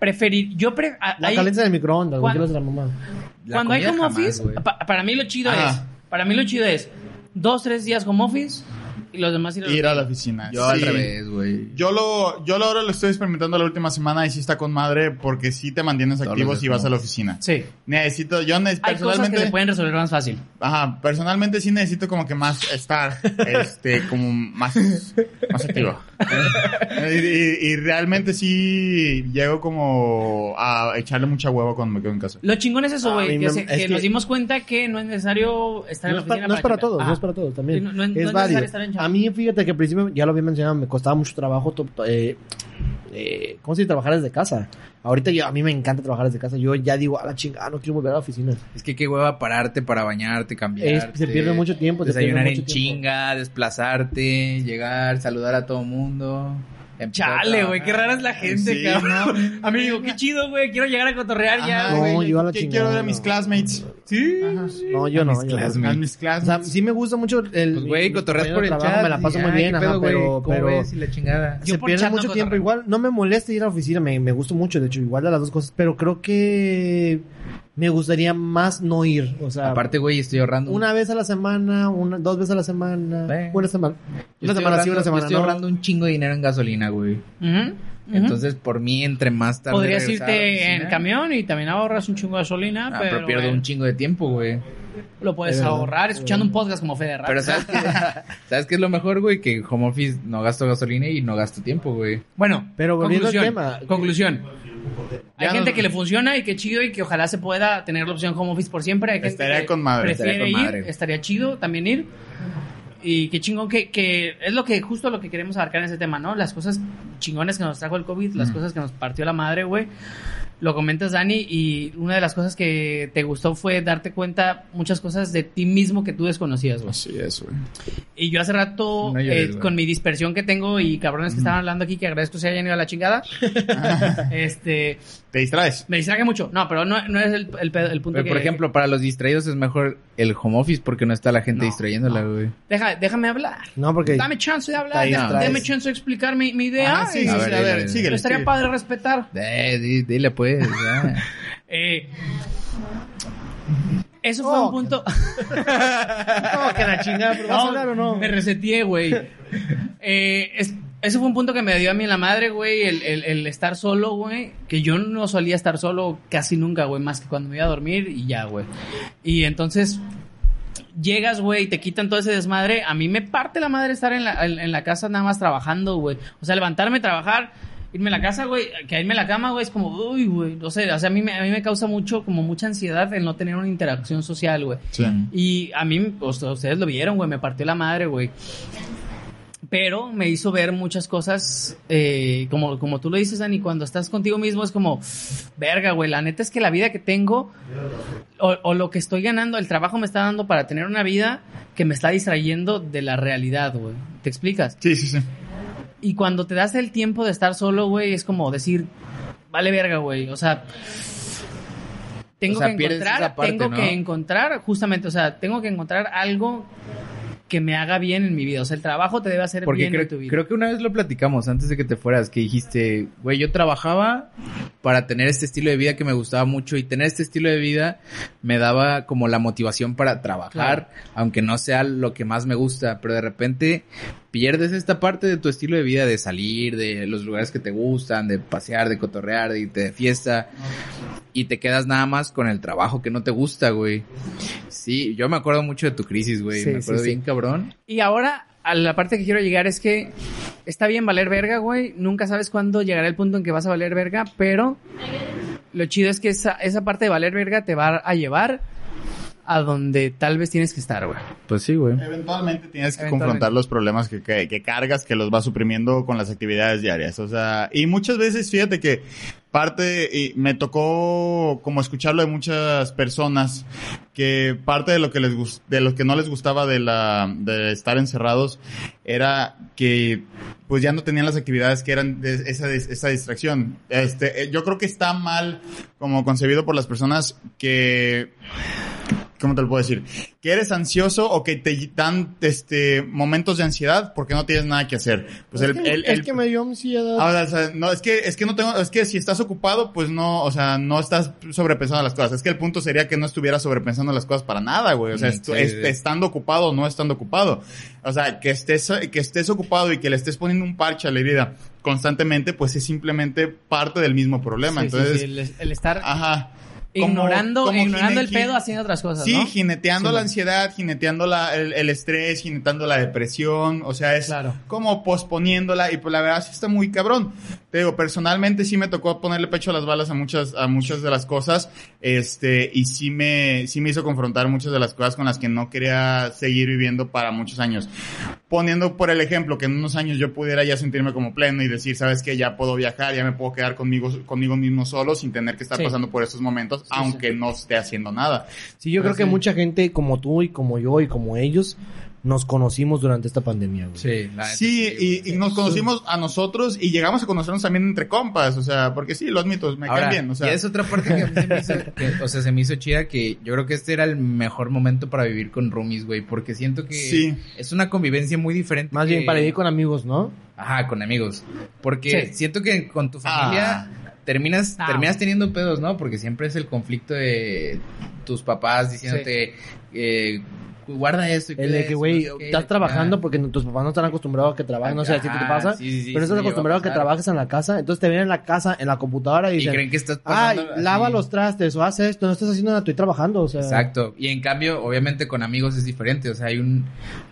Speaker 2: preferir, yo pre- a-
Speaker 3: La
Speaker 2: ahí-
Speaker 3: caliente del microondas,
Speaker 2: ¿Cuál?
Speaker 3: güey. ¿qué le hace la mamá?
Speaker 4: La
Speaker 2: cuando hay
Speaker 4: comida
Speaker 2: home
Speaker 4: jamás,
Speaker 2: office,
Speaker 4: güey.
Speaker 2: pa- para mí lo chido
Speaker 1: Ajá.
Speaker 2: es, para mí lo chido es dos, tres días home office y los demás ir a la-
Speaker 1: Ir a la oficina.
Speaker 4: Yo al
Speaker 1: Sí.
Speaker 4: revés, güey.
Speaker 1: Yo lo, yo lo ahora lo estoy experimentando la última semana y sí está con madre porque sí te mantienes
Speaker 4: Todos
Speaker 1: activo
Speaker 4: los
Speaker 1: si
Speaker 4: días,
Speaker 1: vas a
Speaker 4: ¿no?
Speaker 1: la oficina.
Speaker 2: Sí.
Speaker 1: Necesito, yo ne-
Speaker 2: Hay cosas que se
Speaker 1: personalmente,
Speaker 2: pueden resolver más fácil.
Speaker 1: ajá, personalmente sí necesito como que más
Speaker 2: [laughs]
Speaker 1: estar, este, como más, más activo. y, y- y realmente sí llego como a echarle mucha hueva cuando me quedo en casa.
Speaker 2: Lo chingón es eso,
Speaker 3: A
Speaker 2: güey,
Speaker 3: mí
Speaker 2: que,
Speaker 3: me-
Speaker 2: se-
Speaker 3: es
Speaker 2: que
Speaker 3: que-
Speaker 2: nos dimos cuenta que no es necesario estar en
Speaker 3: No
Speaker 2: la
Speaker 3: es para,
Speaker 2: oficina.
Speaker 3: no es para
Speaker 2: chambear.
Speaker 3: todos, no
Speaker 2: Ah.
Speaker 3: es para todos también.
Speaker 2: Sí, no- no- no es
Speaker 3: es
Speaker 2: necesario
Speaker 3: válido.
Speaker 2: estar en chamba.
Speaker 3: A mí, fíjate que al principio, ya lo había mencionado, me costaba mucho trabajo. to- to- eh, eh, ¿Cómo si trabajar desde casa? Ahorita yo, a mí me encanta trabajar desde casa. Yo ya digo, a la chingada, no quiero volver a la oficina.
Speaker 4: Es que qué hueva pararte para bañarte,
Speaker 3: Es-
Speaker 4: cambiar.
Speaker 3: se pierde mucho tiempo. se pierde
Speaker 4: Desayunar en
Speaker 3: mucho tiempo.
Speaker 4: chinga, desplazarte, llegar, saludar a todo mundo. empezar a
Speaker 2: Chale, güey,
Speaker 3: Ah,
Speaker 4: trabajar.
Speaker 2: qué rara es la gente,
Speaker 1: Sí,
Speaker 2: cabrón. [laughs] A mí digo, qué chido, güey, quiero llegar a cotorrear ya.
Speaker 1: Ajá,
Speaker 3: No,
Speaker 1: güey,
Speaker 3: yo a la
Speaker 1: que
Speaker 3: chingada,
Speaker 1: quiero ver a
Speaker 3: no.
Speaker 1: mis classmates.
Speaker 4: Sí.
Speaker 1: Ajá.
Speaker 3: No, yo no.
Speaker 4: mis
Speaker 3: yo no.
Speaker 4: clases,
Speaker 1: A mis
Speaker 3: O sea,
Speaker 1: classmates.
Speaker 3: sí me gusta mucho el.
Speaker 4: Pues, güey,
Speaker 3: mi
Speaker 4: cotorreas
Speaker 3: compañero
Speaker 4: por
Speaker 3: de
Speaker 4: el
Speaker 3: trabajo,
Speaker 4: chat.
Speaker 3: Me la paso
Speaker 4: y,
Speaker 3: muy
Speaker 4: ay,
Speaker 3: bien,
Speaker 4: qué
Speaker 3: ajá,
Speaker 4: pedo, güey,
Speaker 3: pero.
Speaker 4: ¿cómo
Speaker 3: pero
Speaker 4: ves? Y la chingada.
Speaker 2: Yo
Speaker 3: se
Speaker 2: por
Speaker 3: pierde
Speaker 2: chat no
Speaker 3: mucho tiempo.
Speaker 2: cotorreo.
Speaker 3: Igual no me molesta ir a la oficina, me, me gusta mucho, de hecho, igual de las dos cosas, pero creo que me gustaría más no ir. O sea,
Speaker 4: Aparte, güey, estoy ahorrando. un-
Speaker 3: una vez a la semana, una, dos veces a la semana,
Speaker 4: Bueno.
Speaker 3: una semana.
Speaker 4: yo
Speaker 3: Una
Speaker 4: estoy
Speaker 3: semana sí,
Speaker 4: ahorrando-
Speaker 3: una
Speaker 4: yo
Speaker 3: semana
Speaker 4: estoy
Speaker 3: no.
Speaker 4: ahorrando un chingo de dinero en gasolina, güey.
Speaker 2: Ujú, ujú.
Speaker 4: Entonces, por mí, entre más tarde.
Speaker 2: Podrías
Speaker 4: regresar a la
Speaker 2: irte en
Speaker 4: oficina-
Speaker 2: camión y también ahorras un chingo de gasolina,
Speaker 4: Ah,
Speaker 2: pero,
Speaker 4: pero pierdo
Speaker 2: bueno,
Speaker 4: un chingo de tiempo, güey.
Speaker 2: lo puedes
Speaker 3: Es verdad.
Speaker 2: ahorrar escuchando un podcast como Federal.
Speaker 4: Pero
Speaker 2: [laughs]
Speaker 4: ¿sabes qué? ¿sabes qué es lo mejor, güey? Que en home office no gasto gasolina y no gasto tiempo, güey.
Speaker 2: Bueno,
Speaker 3: Pero volviendo al
Speaker 2: conclusión,
Speaker 3: tema.
Speaker 2: Conclusión. Hay
Speaker 4: Ya
Speaker 2: gente
Speaker 4: no-
Speaker 2: que le funciona y que chido y que ojalá se pueda tener la opción home office por siempre. Hay gente
Speaker 1: Estaría
Speaker 2: que
Speaker 1: con madre,
Speaker 2: prefiere
Speaker 4: estaría con
Speaker 2: ir,
Speaker 4: madre.
Speaker 2: estaría chido también ir. Y qué chingón que, que es lo que justo lo que este
Speaker 4: Mm.
Speaker 2: queremos abarcar en ese tema, ¿no? Las cosas chingones que nos trajo el COVID, las cosas que nos partió la madre, güey. lo comentas, Dani, y una de las cosas que te gustó fue darte cuenta muchas cosas de ti mismo que tú desconocías, güey.
Speaker 4: Así es, güey.
Speaker 2: Y yo hace rato,
Speaker 4: No llores,
Speaker 2: eh,
Speaker 4: güey. Mm.
Speaker 2: con mi dispersión que tengo y cabrones que estaban hablando aquí, que agradezco se hayan ido a la
Speaker 4: [laughs]
Speaker 2: chingada, este,
Speaker 1: Te distraes.
Speaker 2: me distraje mucho. No, pero no, no es el, el pedo- el punto
Speaker 4: Pero,
Speaker 2: que...
Speaker 4: por ejemplo, para los distraídos es mejor el home office porque no está la gente
Speaker 2: No,
Speaker 4: distrayéndola, güey.
Speaker 2: Deja- déjame hablar.
Speaker 3: No, porque...
Speaker 2: Dame chance de hablar,
Speaker 3: Ahí
Speaker 2: de-
Speaker 3: está,
Speaker 2: dame
Speaker 3: es-
Speaker 2: chance de explicar mi, mi idea.
Speaker 1: Ah, sí,
Speaker 2: y-
Speaker 1: sí, sí,
Speaker 4: A
Speaker 1: a
Speaker 4: ver,
Speaker 1: ver,
Speaker 4: dile.
Speaker 1: síguele.
Speaker 2: pero estaría
Speaker 1: síguele.
Speaker 2: padre respetar.
Speaker 4: Eh, di- dile pues, ya.
Speaker 2: Eh, eso fue
Speaker 3: Oh,
Speaker 2: un punto.
Speaker 3: No, [laughs] que la chingada, pero ¿vas a hablar o no?
Speaker 2: Me reseteé, güey. Eh, es- eso fue un punto que me dio a mí en la madre, güey, el, el- el estar solo, güey. Que yo no solía estar solo casi nunca, güey, más que cuando me iba a dormir y ya, güey. Y entonces llegas, güey, y te quitan todo ese desmadre. A mí me parte la madre estar en la, en, en la casa nada más trabajando, güey. O sea, levantarme, trabajar, irme a la casa, güey, que irme a la cama, güey, es como, uy, güey, no sé. O sea, a mí, me, a mí me causa mucho, como mucha ansiedad el no tener una interacción social, güey.
Speaker 1: Sí.
Speaker 2: Y a mí, pues, ustedes lo vieron, güey, me partió la madre, güey. Pero me hizo ver muchas cosas, eh, como, como tú lo dices, Dani, cuando estás contigo mismo es como, verga, güey, la neta es que la vida que tengo, o, o lo que estoy ganando, el trabajo me está dando para tener una vida que me está distrayendo de la realidad, güey. ¿Te explicas?
Speaker 1: Sí, sí, sí.
Speaker 2: Y cuando te das el tiempo de estar solo, güey, es como decir, vale verga, güey. O sea, tengo
Speaker 4: O sea,
Speaker 2: que
Speaker 4: pierdes
Speaker 2: encontrar,
Speaker 4: esa parte,
Speaker 2: tengo
Speaker 4: ¿no?
Speaker 2: que encontrar, justamente, o sea, tengo que encontrar algo que me haga bien en mi vida. O sea, el trabajo te debe hacer
Speaker 4: Porque
Speaker 2: bien
Speaker 4: creo,
Speaker 2: en tu vida.
Speaker 4: creo que una vez lo platicamos antes de que te fueras, que dijiste, güey, yo trabajaba para tener este estilo de vida que me gustaba mucho y tener este estilo de vida me daba como la motivación para trabajar, aunque no sea lo que más me gusta, pero de repente pierdes esta parte de tu estilo de vida, de salir, de los lugares que te gustan, de pasear, de cotorrear, de irte de fiesta y te quedas nada más con el trabajo que no te gusta, güey. Sí, yo me acuerdo mucho de tu crisis, güey,
Speaker 3: Sí,
Speaker 4: me
Speaker 3: sí,
Speaker 4: acuerdo
Speaker 3: sí.
Speaker 4: bien cabrón.
Speaker 2: Y ahora, a la parte que quiero llegar es que está bien valer verga, güey. Nunca sabes cuándo llegará el punto en que vas a valer verga, pero lo chido es que esa, esa parte de valer verga te va a llevar a donde tal vez tienes que estar, güey.
Speaker 4: Pues sí, güey.
Speaker 1: Eventualmente tienes que
Speaker 2: Eventualmente.
Speaker 1: confrontar los problemas que, que, que cargas, que los vas suprimiendo con las actividades diarias. O sea, y muchas veces, fíjate que parte, y me tocó como escucharlo de muchas personas, que parte de lo que les gus- de lo que no les gustaba de la, de estar encerrados, era que pues ya no tenían las actividades que eran de esa, dis- esa distracción. Este, eh, yo creo que está mal como concebido por las personas que ¿cómo te lo puedo decir? Que eres ansioso o que te dan este momentos de ansiedad porque no tienes nada que hacer. Pues
Speaker 3: es,
Speaker 1: el,
Speaker 3: que,
Speaker 1: el-
Speaker 3: es
Speaker 1: el- Ah,
Speaker 3: que me dio ansiedad.
Speaker 1: Ahora, o sea, no, es que, es que no tengo, es que si estás ocupado, pues no, o sea, no estás sobrepensando las cosas. Es que el punto sería que no estuvieras sobrepensando las cosas para nada, güey. O sea,
Speaker 4: Mm,
Speaker 1: estu-
Speaker 4: sí,
Speaker 1: est-
Speaker 4: sí.
Speaker 1: estando ocupado o no estando ocupado. O sea, que estés, que estés ocupado y que le estés poniendo un parche a la herida constantemente, pues es simplemente parte del mismo problema.
Speaker 2: Sí, sí,
Speaker 1: Entonces,
Speaker 2: sí, el, el estar
Speaker 1: ajá. Como-
Speaker 2: ignorando,
Speaker 1: como
Speaker 2: ignorando el
Speaker 1: Hideki-
Speaker 2: pedo, haciendo otras cosas,
Speaker 1: Sí,
Speaker 2: ¿no?
Speaker 1: jineteando
Speaker 2: Sí,
Speaker 1: la
Speaker 2: güey.
Speaker 1: ansiedad, jineteando la- el, el estrés, jineteando la depresión, o sea, es
Speaker 2: Claro.
Speaker 1: como posponiéndola y pues la verdad sí está muy cabrón. Te digo, personalmente sí me tocó ponerle pecho a las balas a muchas, a muchas de las cosas, este, y sí me, sí me hizo confrontar muchas de las cosas con las que no quería seguir viviendo para muchos años. Poniendo por el ejemplo que en unos años yo pudiera ya sentirme como pleno y decir, sabes que ya puedo viajar, ya me puedo quedar conmigo, conmigo mismo solo sin tener que estar
Speaker 2: Sí.
Speaker 1: pasando por estos momentos, aunque no esté haciendo nada.
Speaker 3: Sí, yo creo que mucha gente como tú y como yo y como ellos nos conocimos durante esta pandemia, güey.
Speaker 4: Ah, Sí, la neta
Speaker 1: Sí,
Speaker 4: güey.
Speaker 1: y, y nos conocimos a nosotros y llegamos a conocernos también entre compas, o sea, porque sí, lo admito, me
Speaker 4: Ahora,
Speaker 1: caen bien, o sea,
Speaker 4: y es otra parte que a mí se
Speaker 1: [laughs]
Speaker 4: me hizo, que, o sea, se me hizo chida que yo creo que este era el mejor momento para vivir con roomies, güey, porque siento que
Speaker 1: Sí.
Speaker 4: es una convivencia muy diferente.
Speaker 3: Más bien
Speaker 4: que-
Speaker 3: para vivir con amigos, ¿no?
Speaker 4: Ajá, con amigos. Porque
Speaker 2: Sí.
Speaker 4: siento que con tu familia terminas,
Speaker 2: Ah.
Speaker 4: terminas teniendo pedos, ¿no? Porque siempre es el conflicto de tus papás diciéndote, eh, guarda esto. y
Speaker 3: El
Speaker 4: cuida
Speaker 3: de que,
Speaker 4: esto,
Speaker 3: güey,
Speaker 4: no sé qué,
Speaker 3: estás
Speaker 4: la
Speaker 3: trabajando
Speaker 4: chingada.
Speaker 3: porque no- tus papás no están acostumbrados a que trabajes, no sé si a ti te
Speaker 4: Ajá,
Speaker 3: pasa,
Speaker 4: sí, sí,
Speaker 3: pero
Speaker 4: sí, se me
Speaker 3: estás
Speaker 4: llegó a
Speaker 3: acostumbrado a que
Speaker 4: pasar.
Speaker 3: trabajes en la casa, entonces te vienen en la casa, en la computadora y
Speaker 4: Y
Speaker 3: dicen,
Speaker 4: creen que estás
Speaker 3: ay,
Speaker 4: pasando así.
Speaker 3: lava los trastes o haz esto, no estás haciendo nada, estoy trabajando, o sea.
Speaker 4: Exacto. Y en cambio, obviamente con amigos es diferente. O sea, hay un,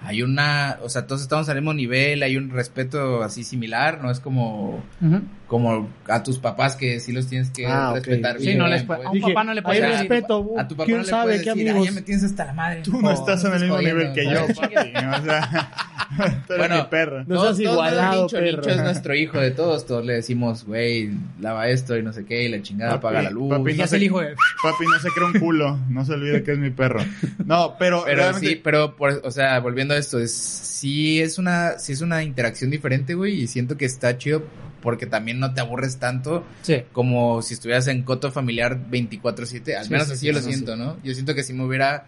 Speaker 4: hay una, o sea, todos estamos al mismo nivel, hay un respeto así similar, no es como,
Speaker 2: Ujú.
Speaker 4: como a tus papás que sí los tienes que
Speaker 3: Ah, ok.
Speaker 4: respetar.
Speaker 2: Sí,
Speaker 4: bien,
Speaker 2: no les puede- a un
Speaker 4: pues.
Speaker 3: Dije,
Speaker 2: papá no le
Speaker 3: ahí
Speaker 2: puede-
Speaker 3: respeto, uh,
Speaker 4: A tu papá
Speaker 3: ¿quién
Speaker 4: no le
Speaker 3: sabe
Speaker 4: puedes
Speaker 3: qué
Speaker 4: decir, "Ay,
Speaker 3: amigos?
Speaker 4: ya me tienes hasta la madre.
Speaker 1: Tú no estás en el mismo
Speaker 4: jodiendo,
Speaker 1: nivel que yo,
Speaker 4: ¿sabes?
Speaker 1: papi. O sea, [laughs] tú eres
Speaker 4: Bueno.
Speaker 1: mi perra.
Speaker 3: No seas igualado,
Speaker 4: Nicho,
Speaker 3: perro.
Speaker 4: Nicho es nuestro hijo de todos. Todos le decimos, güey, lava esto y no sé qué, y la chingada,
Speaker 1: Papi,
Speaker 4: apaga la luz.
Speaker 1: papi,
Speaker 2: Ya
Speaker 1: no
Speaker 2: es
Speaker 1: sé-
Speaker 2: el hijo de...
Speaker 1: Papi, no se cree un culo. No se olvide que es mi perro. No, pero,
Speaker 4: Pero
Speaker 1: realmente-
Speaker 4: sí, pero, por- o sea, volviendo a esto, es, sí es una, sí es una interacción diferente, güey, y siento que está chido porque también no te aburres tanto
Speaker 2: Sí.
Speaker 4: como si estuvieras en coto familiar 24-7, al
Speaker 2: Sí,
Speaker 4: menos
Speaker 2: sí,
Speaker 4: así
Speaker 2: sí,
Speaker 4: yo lo
Speaker 2: no,
Speaker 4: siento, ¿no? Yo siento que si me hubiera,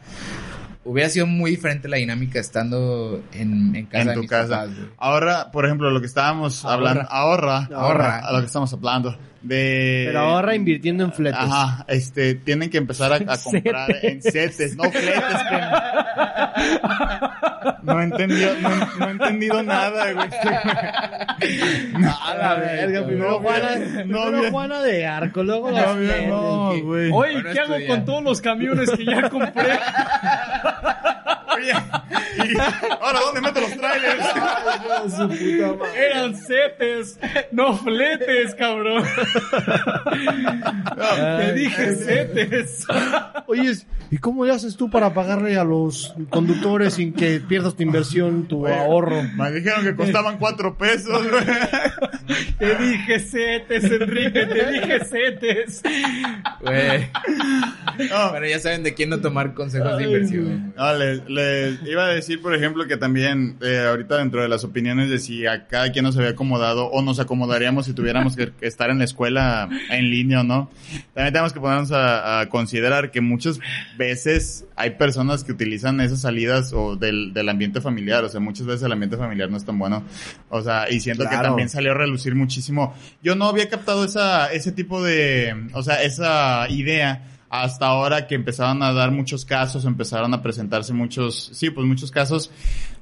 Speaker 4: hubiera sido muy diferente la dinámica estando en, en casa
Speaker 1: En
Speaker 4: de
Speaker 1: tu
Speaker 4: mis
Speaker 1: casa.
Speaker 4: papás, güey.
Speaker 1: Ahora, por ejemplo, lo que estábamos
Speaker 2: Ahorra.
Speaker 1: hablando, ahorra,
Speaker 3: Ahorra.
Speaker 1: ahorra, a lo que estamos hablando, de...
Speaker 3: Pero ahorra invirtiendo en fletes.
Speaker 1: Ajá, este, tienen que empezar a, a
Speaker 3: [laughs]
Speaker 1: comprar en setes, no fletes, pendejo. No entendió, no, no he entendido nada,
Speaker 3: [laughs]
Speaker 1: güey.
Speaker 3: A la verga, primero
Speaker 1: No,
Speaker 3: [laughs] Juana,
Speaker 1: bien, no,
Speaker 3: primero
Speaker 1: bien.
Speaker 3: Juana de Arco, [laughs] luego las
Speaker 1: No, bien,
Speaker 3: fletes.
Speaker 1: no, güey.
Speaker 5: Oye,
Speaker 4: Bueno,
Speaker 5: ¿qué hago
Speaker 4: esto ya.
Speaker 5: con todos los camiones que ya
Speaker 4: [laughs]
Speaker 5: compré?
Speaker 1: Oye, y- ahora, ¿dónde meto los
Speaker 3: [laughs]
Speaker 1: trailers?
Speaker 3: Hijo de su puta madre.
Speaker 5: Eran setes, no fletes, cabrón. Te dije setes.
Speaker 3: Oye, ¿y cómo le haces tú para pagarle a los conductores sin que pierdas tu inversión, tu
Speaker 1: Oye,
Speaker 3: ahorro?
Speaker 1: Me dijeron que costaban cuatro pesos, güey.
Speaker 5: Te dije setes, Enrique, te dije setes.
Speaker 4: Güey.
Speaker 1: No,
Speaker 4: Pero ya saben de quién no tomar consejos de
Speaker 3: Ay,
Speaker 4: inversión.
Speaker 3: güey.
Speaker 4: güey.
Speaker 1: [laughs] No, les, les iba a decir, por ejemplo, que también eh, ahorita dentro de las opiniones de si a cada quien nos había acomodado o nos acomodaríamos si tuviéramos que que estar en la escuela en línea o no, también tenemos que ponernos a, a considerar que muchas veces hay personas que utilizan esas salidas o del, del ambiente familiar, o sea, muchas veces el ambiente familiar no es tan bueno, o sea, y siento que
Speaker 3: Claro.
Speaker 1: también salió a relucir muchísimo. Yo no había captado esa, ese tipo de, o sea, esa idea hasta ahora que empezaron a dar muchos casos, empezaron a presentarse muchos, sí, pues muchos casos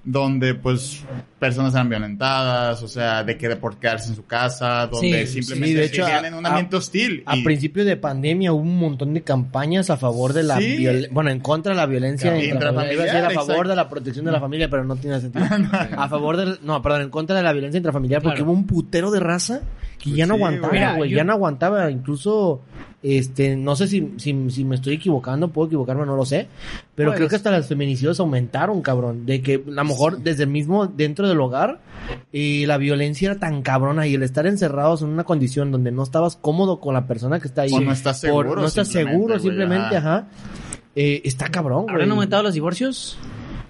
Speaker 1: donde pues personas eran violentadas, o sea, de que deportarse en su casa, donde
Speaker 2: Sí,
Speaker 1: simplemente
Speaker 3: sí, de hecho,
Speaker 1: vivían
Speaker 3: a-
Speaker 1: en un ambiente hostil.
Speaker 3: A
Speaker 1: y-
Speaker 3: principio de pandemia hubo un montón de campañas a favor de la
Speaker 1: Sí.
Speaker 3: violencia, bueno, en contra de la violencia
Speaker 1: Claro.
Speaker 3: intrafamiliar, iba a decir a
Speaker 1: Intrafamiliar,
Speaker 3: favor de la protección de la familia, pero no tiene sentido. A favor de, no, perdón, en contra de la violencia intrafamiliar, porque
Speaker 2: Claro.
Speaker 3: hubo un putero de raza que ya no
Speaker 1: sí, güey.
Speaker 3: aguantaba,
Speaker 2: Mira,
Speaker 3: güey,
Speaker 2: yo-
Speaker 3: ya no aguantaba, incluso, este, no sé si, si, si me estoy equivocando, puedo equivocarme, no lo sé, pero
Speaker 2: Pues-
Speaker 3: creo que hasta las feminicidios aumentaron, cabrón, de que a lo mejor desde el mismo, dentro del hogar, y la violencia era tan cabrona y el estar encerrados en una condición donde no estabas cómodo con la persona que está ahí.
Speaker 1: O no estás
Speaker 3: por-
Speaker 1: seguro
Speaker 3: no estás
Speaker 1: simplemente,
Speaker 3: seguro
Speaker 1: güey,
Speaker 3: simplemente,
Speaker 1: ajá.
Speaker 3: ajá. Eh, está cabrón, güey.
Speaker 2: ¿Habrán aumentado los divorcios?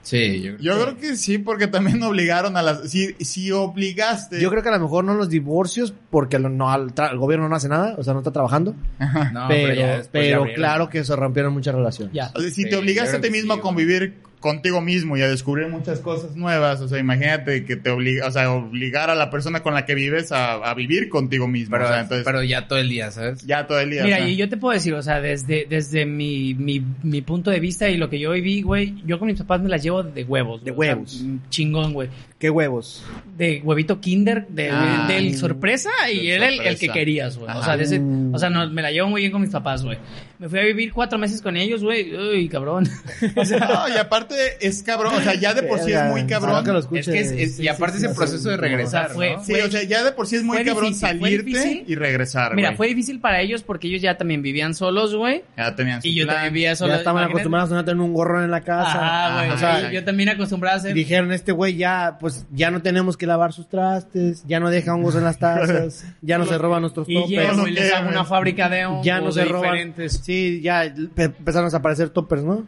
Speaker 4: Sí, yo creo.
Speaker 1: Yo creo que sí, porque también obligaron a las... Si, si obligaste...
Speaker 3: Yo creo que a lo mejor no los divorcios porque lo- no, al tra- el gobierno no hace nada, o sea, no está trabajando.
Speaker 4: No,
Speaker 3: pero
Speaker 4: Ah, ya
Speaker 3: pero,
Speaker 4: después ya abrieron.
Speaker 3: claro que se rompieron muchas relaciones.
Speaker 2: Ya.
Speaker 1: O sea, si
Speaker 4: Sí,
Speaker 1: te obligaste
Speaker 4: yo
Speaker 1: a
Speaker 4: creo
Speaker 1: ti
Speaker 4: que
Speaker 1: mismo
Speaker 4: sí,
Speaker 1: a convivir contigo mismo y a descubrir muchas cosas nuevas, o sea, imagínate que te obliga, o sea, obligar a la persona con la que vives a, a vivir contigo mismo,
Speaker 4: Pero,
Speaker 1: o sea, entonces
Speaker 4: pero ya todo el día, ¿sabes?
Speaker 1: ya todo el día. o
Speaker 2: Mira,
Speaker 1: sea.
Speaker 2: y yo te puedo decir, o sea, desde, desde mi, mi, mi punto de vista y lo que yo viví, güey, yo con mis papás me las llevo de huevos.
Speaker 3: De
Speaker 2: güey, o sea, mm,
Speaker 3: huevos.
Speaker 2: chingón, güey.
Speaker 3: ¿Qué huevos?
Speaker 2: De huevito kinder, de,
Speaker 1: Ah,
Speaker 2: del sorpresa
Speaker 1: del
Speaker 2: y era el, el
Speaker 1: sorpresa.
Speaker 2: que querías, güey. O
Speaker 1: Ajá.
Speaker 2: sea,
Speaker 1: Mm.
Speaker 2: de ese- o sea no, me la llevo muy bien con mis papás, güey. Me fui a vivir cuatro meses con ellos, güey. Uy, cabrón.
Speaker 1: O sea, [laughs] no, y aparte es cabrón, o sea, ya de por sí es muy cabrón.
Speaker 3: que lo
Speaker 4: Es
Speaker 3: escuche.
Speaker 4: que es, es- y aparte ese proceso de regresar,
Speaker 2: O sea, fue-
Speaker 4: ¿no?
Speaker 1: Sí, o sea, ya de por sí es muy
Speaker 2: Fue
Speaker 1: cabrón
Speaker 2: difícil, fue
Speaker 1: salirte
Speaker 2: difícil.
Speaker 1: y regresar,
Speaker 2: Mira,
Speaker 1: güey.
Speaker 2: fue difícil para ellos porque ellos ya también vivían solos, güey.
Speaker 1: Ya tenían su
Speaker 2: Y yo
Speaker 1: plan.
Speaker 2: también vivía solo.
Speaker 3: Ya estaban
Speaker 2: imagínate.
Speaker 3: acostumbrados a no tener un gorro en la casa.
Speaker 2: Ajá, güey.
Speaker 1: o sea,
Speaker 2: y yo también acostumbrado a
Speaker 3: Y
Speaker 2: ser
Speaker 3: Dijeron, este güey ya, pues ya no tenemos que lavar sus trastes, ya no deja hongos en
Speaker 2: [laughs]
Speaker 3: las tazas, ya no se roban nuestros
Speaker 2: Y llego
Speaker 3: toppers,
Speaker 2: y
Speaker 1: no
Speaker 2: les hago
Speaker 1: queda,
Speaker 2: una
Speaker 1: güey.
Speaker 2: fábrica de hongos
Speaker 3: ya no se roban.
Speaker 2: diferentes.
Speaker 3: Sí, ya pe- empezaron a desaparecer
Speaker 2: [laughs]
Speaker 3: toppers, ¿no?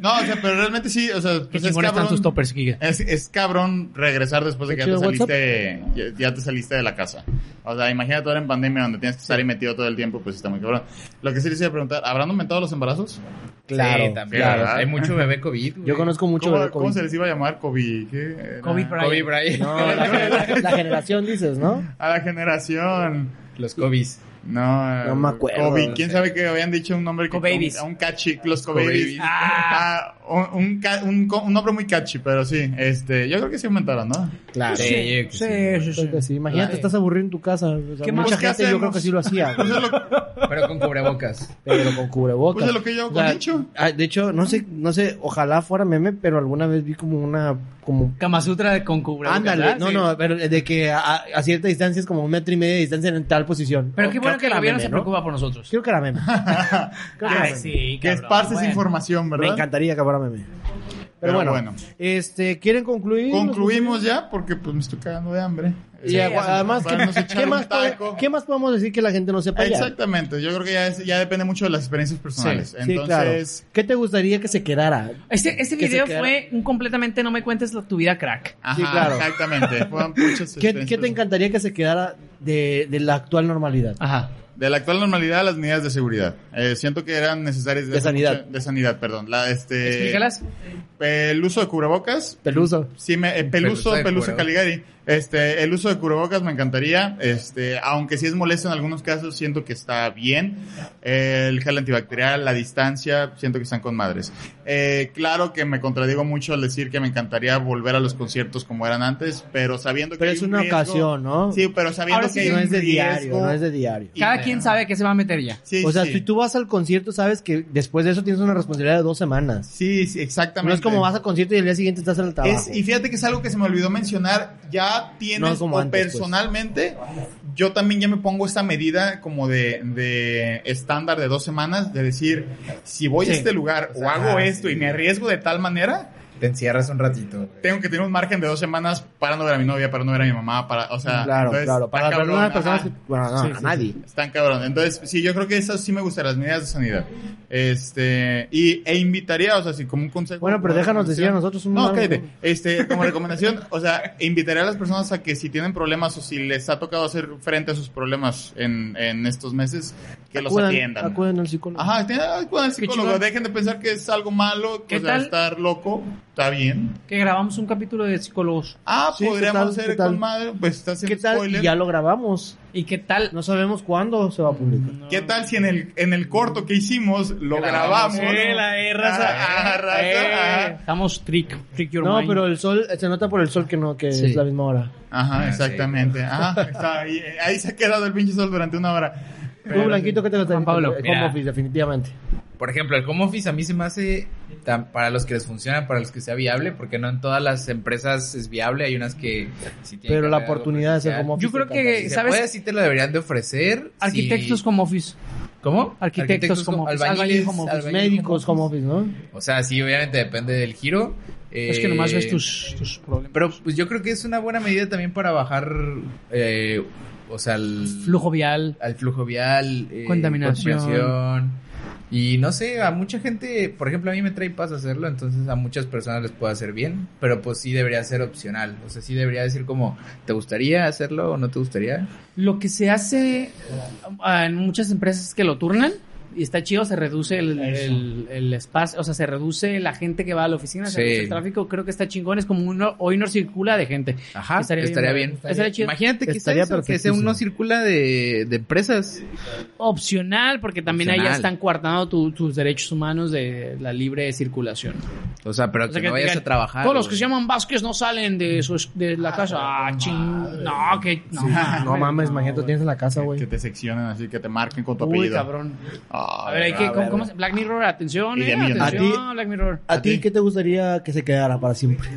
Speaker 1: No, o sea, pero realmente sí, o sea,
Speaker 2: Qué
Speaker 1: pues es
Speaker 2: chingones están tus
Speaker 1: cabrón.
Speaker 2: toppers, Giga.
Speaker 1: Es, es cabrón regresar después de que ya te
Speaker 3: Chido, WhatsApp.
Speaker 1: saliste, ya, ya te saliste de la casa. O sea, imagínate ahora en pandemia donde tienes que estar ahí metido todo el tiempo, pues está muy cabrón. Lo que sí les iba a preguntar, ¿habrán aumentado los embarazos?
Speaker 4: Sí, también.
Speaker 1: claro.
Speaker 4: Hay mucho bebé COVID. güey.
Speaker 3: Yo conozco mucho
Speaker 1: ¿Cómo,
Speaker 3: bebé
Speaker 1: cómo
Speaker 3: COVID.
Speaker 1: se les iba a llamar? COVID. ¿Qué era?
Speaker 2: Kobe Bryant.
Speaker 4: Kobe Bryant.
Speaker 3: No, la, la- la generación dices, ¿no?
Speaker 1: A la generación.
Speaker 4: Los Cobis.
Speaker 1: No,
Speaker 3: No
Speaker 1: eh,
Speaker 3: me acuerdo.
Speaker 1: Cobi, quién sabe que habían dicho un nombre que
Speaker 2: Cobabies.
Speaker 1: a un catchy, los Cobabies.
Speaker 4: Cobabies.
Speaker 1: Ah, un, un ca- un co- un nombre muy catchy, pero sí, este, yo creo que sí aumentaron, ¿no?
Speaker 4: Claro. Sí, yo creo que sí.
Speaker 2: sí,
Speaker 3: Creo que sí. Imagínate,
Speaker 2: Claro.
Speaker 3: estás aburrido en tu casa. O sea,
Speaker 2: ¿Qué más?
Speaker 3: mucha
Speaker 1: Pues, ¿qué
Speaker 3: gente yo creo
Speaker 1: hacemos?
Speaker 3: que sí lo
Speaker 1: [laughs]
Speaker 3: hacía. güey.
Speaker 1: Pues es lo,
Speaker 4: Pero con cubrebocas.
Speaker 3: pero con cubrebocas.
Speaker 1: pues es lo que yo hago
Speaker 3: O
Speaker 1: con
Speaker 3: sea,
Speaker 1: Nicho.
Speaker 3: ah, de hecho, no sé, no sé, ojalá fuera meme, pero alguna vez vi como una, como
Speaker 2: Kama Sutra con cubrebocas.
Speaker 3: Ándale,
Speaker 2: ¿verdad?
Speaker 3: no,
Speaker 2: Sí.
Speaker 3: no, pero de que a, a cierta distancia es como un metro y medio de distancia en tal posición.
Speaker 2: Pero
Speaker 3: O-
Speaker 2: qué
Speaker 3: creo
Speaker 2: bueno que el
Speaker 3: era
Speaker 2: gobierno
Speaker 3: meme,
Speaker 2: se
Speaker 3: ¿no?
Speaker 2: preocupa por nosotros.
Speaker 3: Creo que era meme.
Speaker 2: Ay, sí,
Speaker 1: Que
Speaker 2: cabrón,
Speaker 1: esparces
Speaker 2: bueno.
Speaker 1: información, ¿verdad?
Speaker 3: Me encantaría que fuera meme. Pero,
Speaker 1: Pero
Speaker 3: bueno,
Speaker 1: bueno.
Speaker 3: este, ¿quieren concluir?
Speaker 1: Concluimos ya porque pues me estoy cagando de hambre.
Speaker 3: Y
Speaker 1: Eh,
Speaker 3: agua- además, ¿qué,
Speaker 1: vamos a echar
Speaker 3: qué
Speaker 1: un
Speaker 3: más
Speaker 1: taco.
Speaker 3: puede- qué más podemos decir que la gente no sepa ya?
Speaker 1: Exactamente, yo creo que ya, es- ya depende mucho de las experiencias personales.
Speaker 3: Sí,
Speaker 1: Entonces,
Speaker 3: claro. ¿Qué te gustaría que se quedara?
Speaker 2: Este, este
Speaker 3: Que se
Speaker 2: video
Speaker 3: queda-
Speaker 2: fue un completamente no me cuentes la- tu vida crack.
Speaker 1: ajá,
Speaker 3: Sí, claro.
Speaker 1: exactamente.
Speaker 3: [laughs]
Speaker 1: Fueron muchas
Speaker 3: ¿Qué, qué
Speaker 1: experiencias.
Speaker 3: te encantaría que se quedara de, de la actual normalidad?
Speaker 2: Ajá.
Speaker 1: De la actual normalidad a las medidas de seguridad. Eh, siento que eran necesarias
Speaker 3: De
Speaker 1: hace
Speaker 3: sanidad.
Speaker 1: mucho- de sanidad, perdón. La, este,
Speaker 2: Explícalas.
Speaker 1: El uso de cubrebocas.
Speaker 3: Peluso.
Speaker 1: Sí, me, eh,
Speaker 4: Peluso
Speaker 1: Peluso,
Speaker 4: de
Speaker 1: Peluso
Speaker 4: cubrebocas.
Speaker 1: Caligari. Este, el uso de cubrebocas me encantaría. Este, aunque sí es molesto en algunos casos, siento que está bien. Eh, el gel antibacterial, la distancia, siento que están con madres. Eh, claro que me contradigo mucho al decir que me encantaría volver a los conciertos como eran antes, pero sabiendo que
Speaker 3: Pero
Speaker 1: hay
Speaker 3: es
Speaker 1: un
Speaker 3: una
Speaker 1: riesgo-
Speaker 3: ocasión, ¿no?
Speaker 1: Sí, pero sabiendo
Speaker 2: Ahora sí
Speaker 1: que hay
Speaker 3: no
Speaker 1: un
Speaker 3: es de diario,
Speaker 1: riesgo-
Speaker 3: no es de diario.
Speaker 1: Y-
Speaker 2: Cada quien sabe que se va a meter ya.
Speaker 1: Sí,
Speaker 3: o sea,
Speaker 1: sí.
Speaker 3: si tú vas al concierto, sabes que después de eso tienes una responsabilidad de dos semanas.
Speaker 1: Sí, sí, exactamente.
Speaker 3: No es como vas al concierto y el día siguiente estás en el trabajo.
Speaker 1: Es- y fíjate que es algo que se me olvidó mencionar. Ya tienes,
Speaker 3: No como
Speaker 1: o
Speaker 3: antes, pues.
Speaker 1: personalmente, yo también ya me pongo esta medida como de, de estándar de dos semanas, de decir, si voy a
Speaker 2: Sí.
Speaker 1: este lugar
Speaker 4: O
Speaker 1: o,
Speaker 4: sea,
Speaker 1: hago
Speaker 4: ah,
Speaker 1: esto
Speaker 4: sí.
Speaker 1: y me arriesgo de tal manera,
Speaker 4: Te encierras un ratito. güey.
Speaker 1: tengo que tener un margen de dos semanas para no ver a mi novia, para no ver a mi mamá, para, o sea,
Speaker 3: claro,
Speaker 1: entonces,
Speaker 3: claro. Para
Speaker 1: está
Speaker 3: las
Speaker 1: cabrón,
Speaker 3: nuevas personas
Speaker 1: ajá.
Speaker 3: que- Bueno, no,
Speaker 2: Sí,
Speaker 3: a
Speaker 2: sí,
Speaker 3: nadie.
Speaker 1: Están cabrón. Entonces, sí, yo creo que esas sí me gustan las medidas de sanidad. Este, y, e invitaría, o sea, si como un consejo.
Speaker 3: Bueno, pero
Speaker 1: como
Speaker 3: déjanos decir a
Speaker 1: recomendación-
Speaker 3: nosotros un-
Speaker 1: No, cállate. Este, como recomendación, o sea, invitaría a las personas a que si tienen problemas o si les ha tocado hacer frente a sus problemas en, en estos meses, que los
Speaker 3: Acudan-
Speaker 1: atiendan.
Speaker 3: Acudan al psicólogo.
Speaker 1: Ajá, te- acudan al psicólogo.
Speaker 2: chingón.
Speaker 1: Dejen de pensar que es algo malo,
Speaker 2: ¿Qué
Speaker 1: o sea,
Speaker 2: tal?
Speaker 1: estar loco, está bien.
Speaker 2: Que grabamos un capítulo de psicólogos.
Speaker 1: Ah,
Speaker 3: Sí, ¿qué
Speaker 1: podríamos
Speaker 3: tal?
Speaker 1: hacer
Speaker 3: ¿Qué tal?
Speaker 1: con madre, pues está haciendo
Speaker 3: ¿Qué tal?
Speaker 1: spoiler.
Speaker 3: Y Ya lo grabamos.
Speaker 2: ¿Y qué tal?
Speaker 3: No sabemos cuándo se va a publicar.
Speaker 1: ¿Qué tal si en el, en el corto que hicimos lo grabamos?
Speaker 4: Grabamos.
Speaker 5: Eh, la eh, raza.
Speaker 1: Ah, ah, raza,
Speaker 2: Eh,
Speaker 1: ah.
Speaker 2: estamos trick, trick your
Speaker 3: No,
Speaker 2: mind.
Speaker 3: pero el sol, se nota por el sol que no, que
Speaker 2: Sí.
Speaker 3: es la misma hora.
Speaker 1: Ajá,
Speaker 4: Ah,
Speaker 1: exactamente.
Speaker 3: [laughs]
Speaker 1: Ajá, está ahí, ahí se ha quedado el pinche sol durante una hora.
Speaker 3: Tú, Blanquito, ¿qué te gustaría?
Speaker 2: Juan Pablo,
Speaker 3: El
Speaker 4: mira.
Speaker 3: Home office, definitivamente.
Speaker 4: Por ejemplo, el home office a mí se me hace tan- para los que les funciona, para los que sea viable, porque no en todas las empresas es viable. Hay unas que sí tienen
Speaker 3: Pero
Speaker 4: que
Speaker 3: la
Speaker 4: haber algo
Speaker 3: oportunidad de hacer
Speaker 4: presencial.
Speaker 3: home office.
Speaker 2: Yo creo
Speaker 3: me encantaría.
Speaker 2: que-
Speaker 4: Si se
Speaker 2: ¿Sabes?
Speaker 4: puede, sí te lo deberían de ofrecer.
Speaker 2: Arquitectos
Speaker 4: sí.
Speaker 2: como office.
Speaker 4: ¿Cómo?
Speaker 2: Arquitectos como office,
Speaker 4: albañiles,
Speaker 2: albañil como office,
Speaker 4: albañil
Speaker 3: Médicos, home office, ¿no?
Speaker 4: O sea, sí, obviamente depende del giro.
Speaker 2: es que nomás
Speaker 4: eh,
Speaker 2: ves tus, tus problemas.
Speaker 4: Pero pues yo creo que es una buena medida también para bajar, eh, o sea, el
Speaker 2: Flujo vial.
Speaker 4: al flujo vial, eh,
Speaker 2: Contaminación.
Speaker 4: contaminación. Y no sé, a mucha gente, por ejemplo, a mí me trae paz hacerlo, entonces a muchas personas les puede hacer bien, pero pues sí debería ser opcional. O sea, sí debería decir como, ¿te gustaría hacerlo o no te gustaría?
Speaker 2: Lo que se hace ah, en muchas empresas es que lo turnan y está chido, se reduce el, el- el espacio, o sea, se reduce la gente que va a la oficina, se
Speaker 4: Sí.
Speaker 2: reduce el tráfico, creo que está chingón, es como un no- hoy no circula de gente.
Speaker 4: Ajá,
Speaker 2: Estaría
Speaker 4: estaría,
Speaker 2: bien,
Speaker 4: bien.
Speaker 2: estaría Estaría chido.
Speaker 4: Imagínate que,
Speaker 3: Estaría
Speaker 4: sea eso, que sea
Speaker 3: perfectísimo.
Speaker 4: uno circula de, de empresas.
Speaker 2: Opcional, porque también ahí ya
Speaker 4: Opcional.
Speaker 2: están coartando tu- tus derechos humanos de la libre circulación.
Speaker 4: O sea, pero
Speaker 2: O sea,
Speaker 4: que, no
Speaker 2: te
Speaker 4: vayas
Speaker 2: digan,
Speaker 4: a trabajar.
Speaker 2: Todos los que
Speaker 4: güey.
Speaker 2: se llaman Vázquez no salen de, su es- de la casa. Ah, ching. No, que. No,
Speaker 3: [laughs] No mames, imagínate,
Speaker 2: güey.
Speaker 3: tienes en la casa,
Speaker 1: Que
Speaker 3: güey.
Speaker 1: te seccionen así, que te marquen con tu
Speaker 2: Uy,
Speaker 1: apellido.
Speaker 2: cabrón.
Speaker 1: Ah,
Speaker 2: A ver, hay que. ¿cómo, cómo se- Black Mirror, atención,
Speaker 1: Y de
Speaker 2: eh.
Speaker 1: millonario.
Speaker 2: Atención,
Speaker 3: ¿A ti?
Speaker 2: Black Mirror.
Speaker 3: ¿A ti qué te gustaría que se quedara para siempre?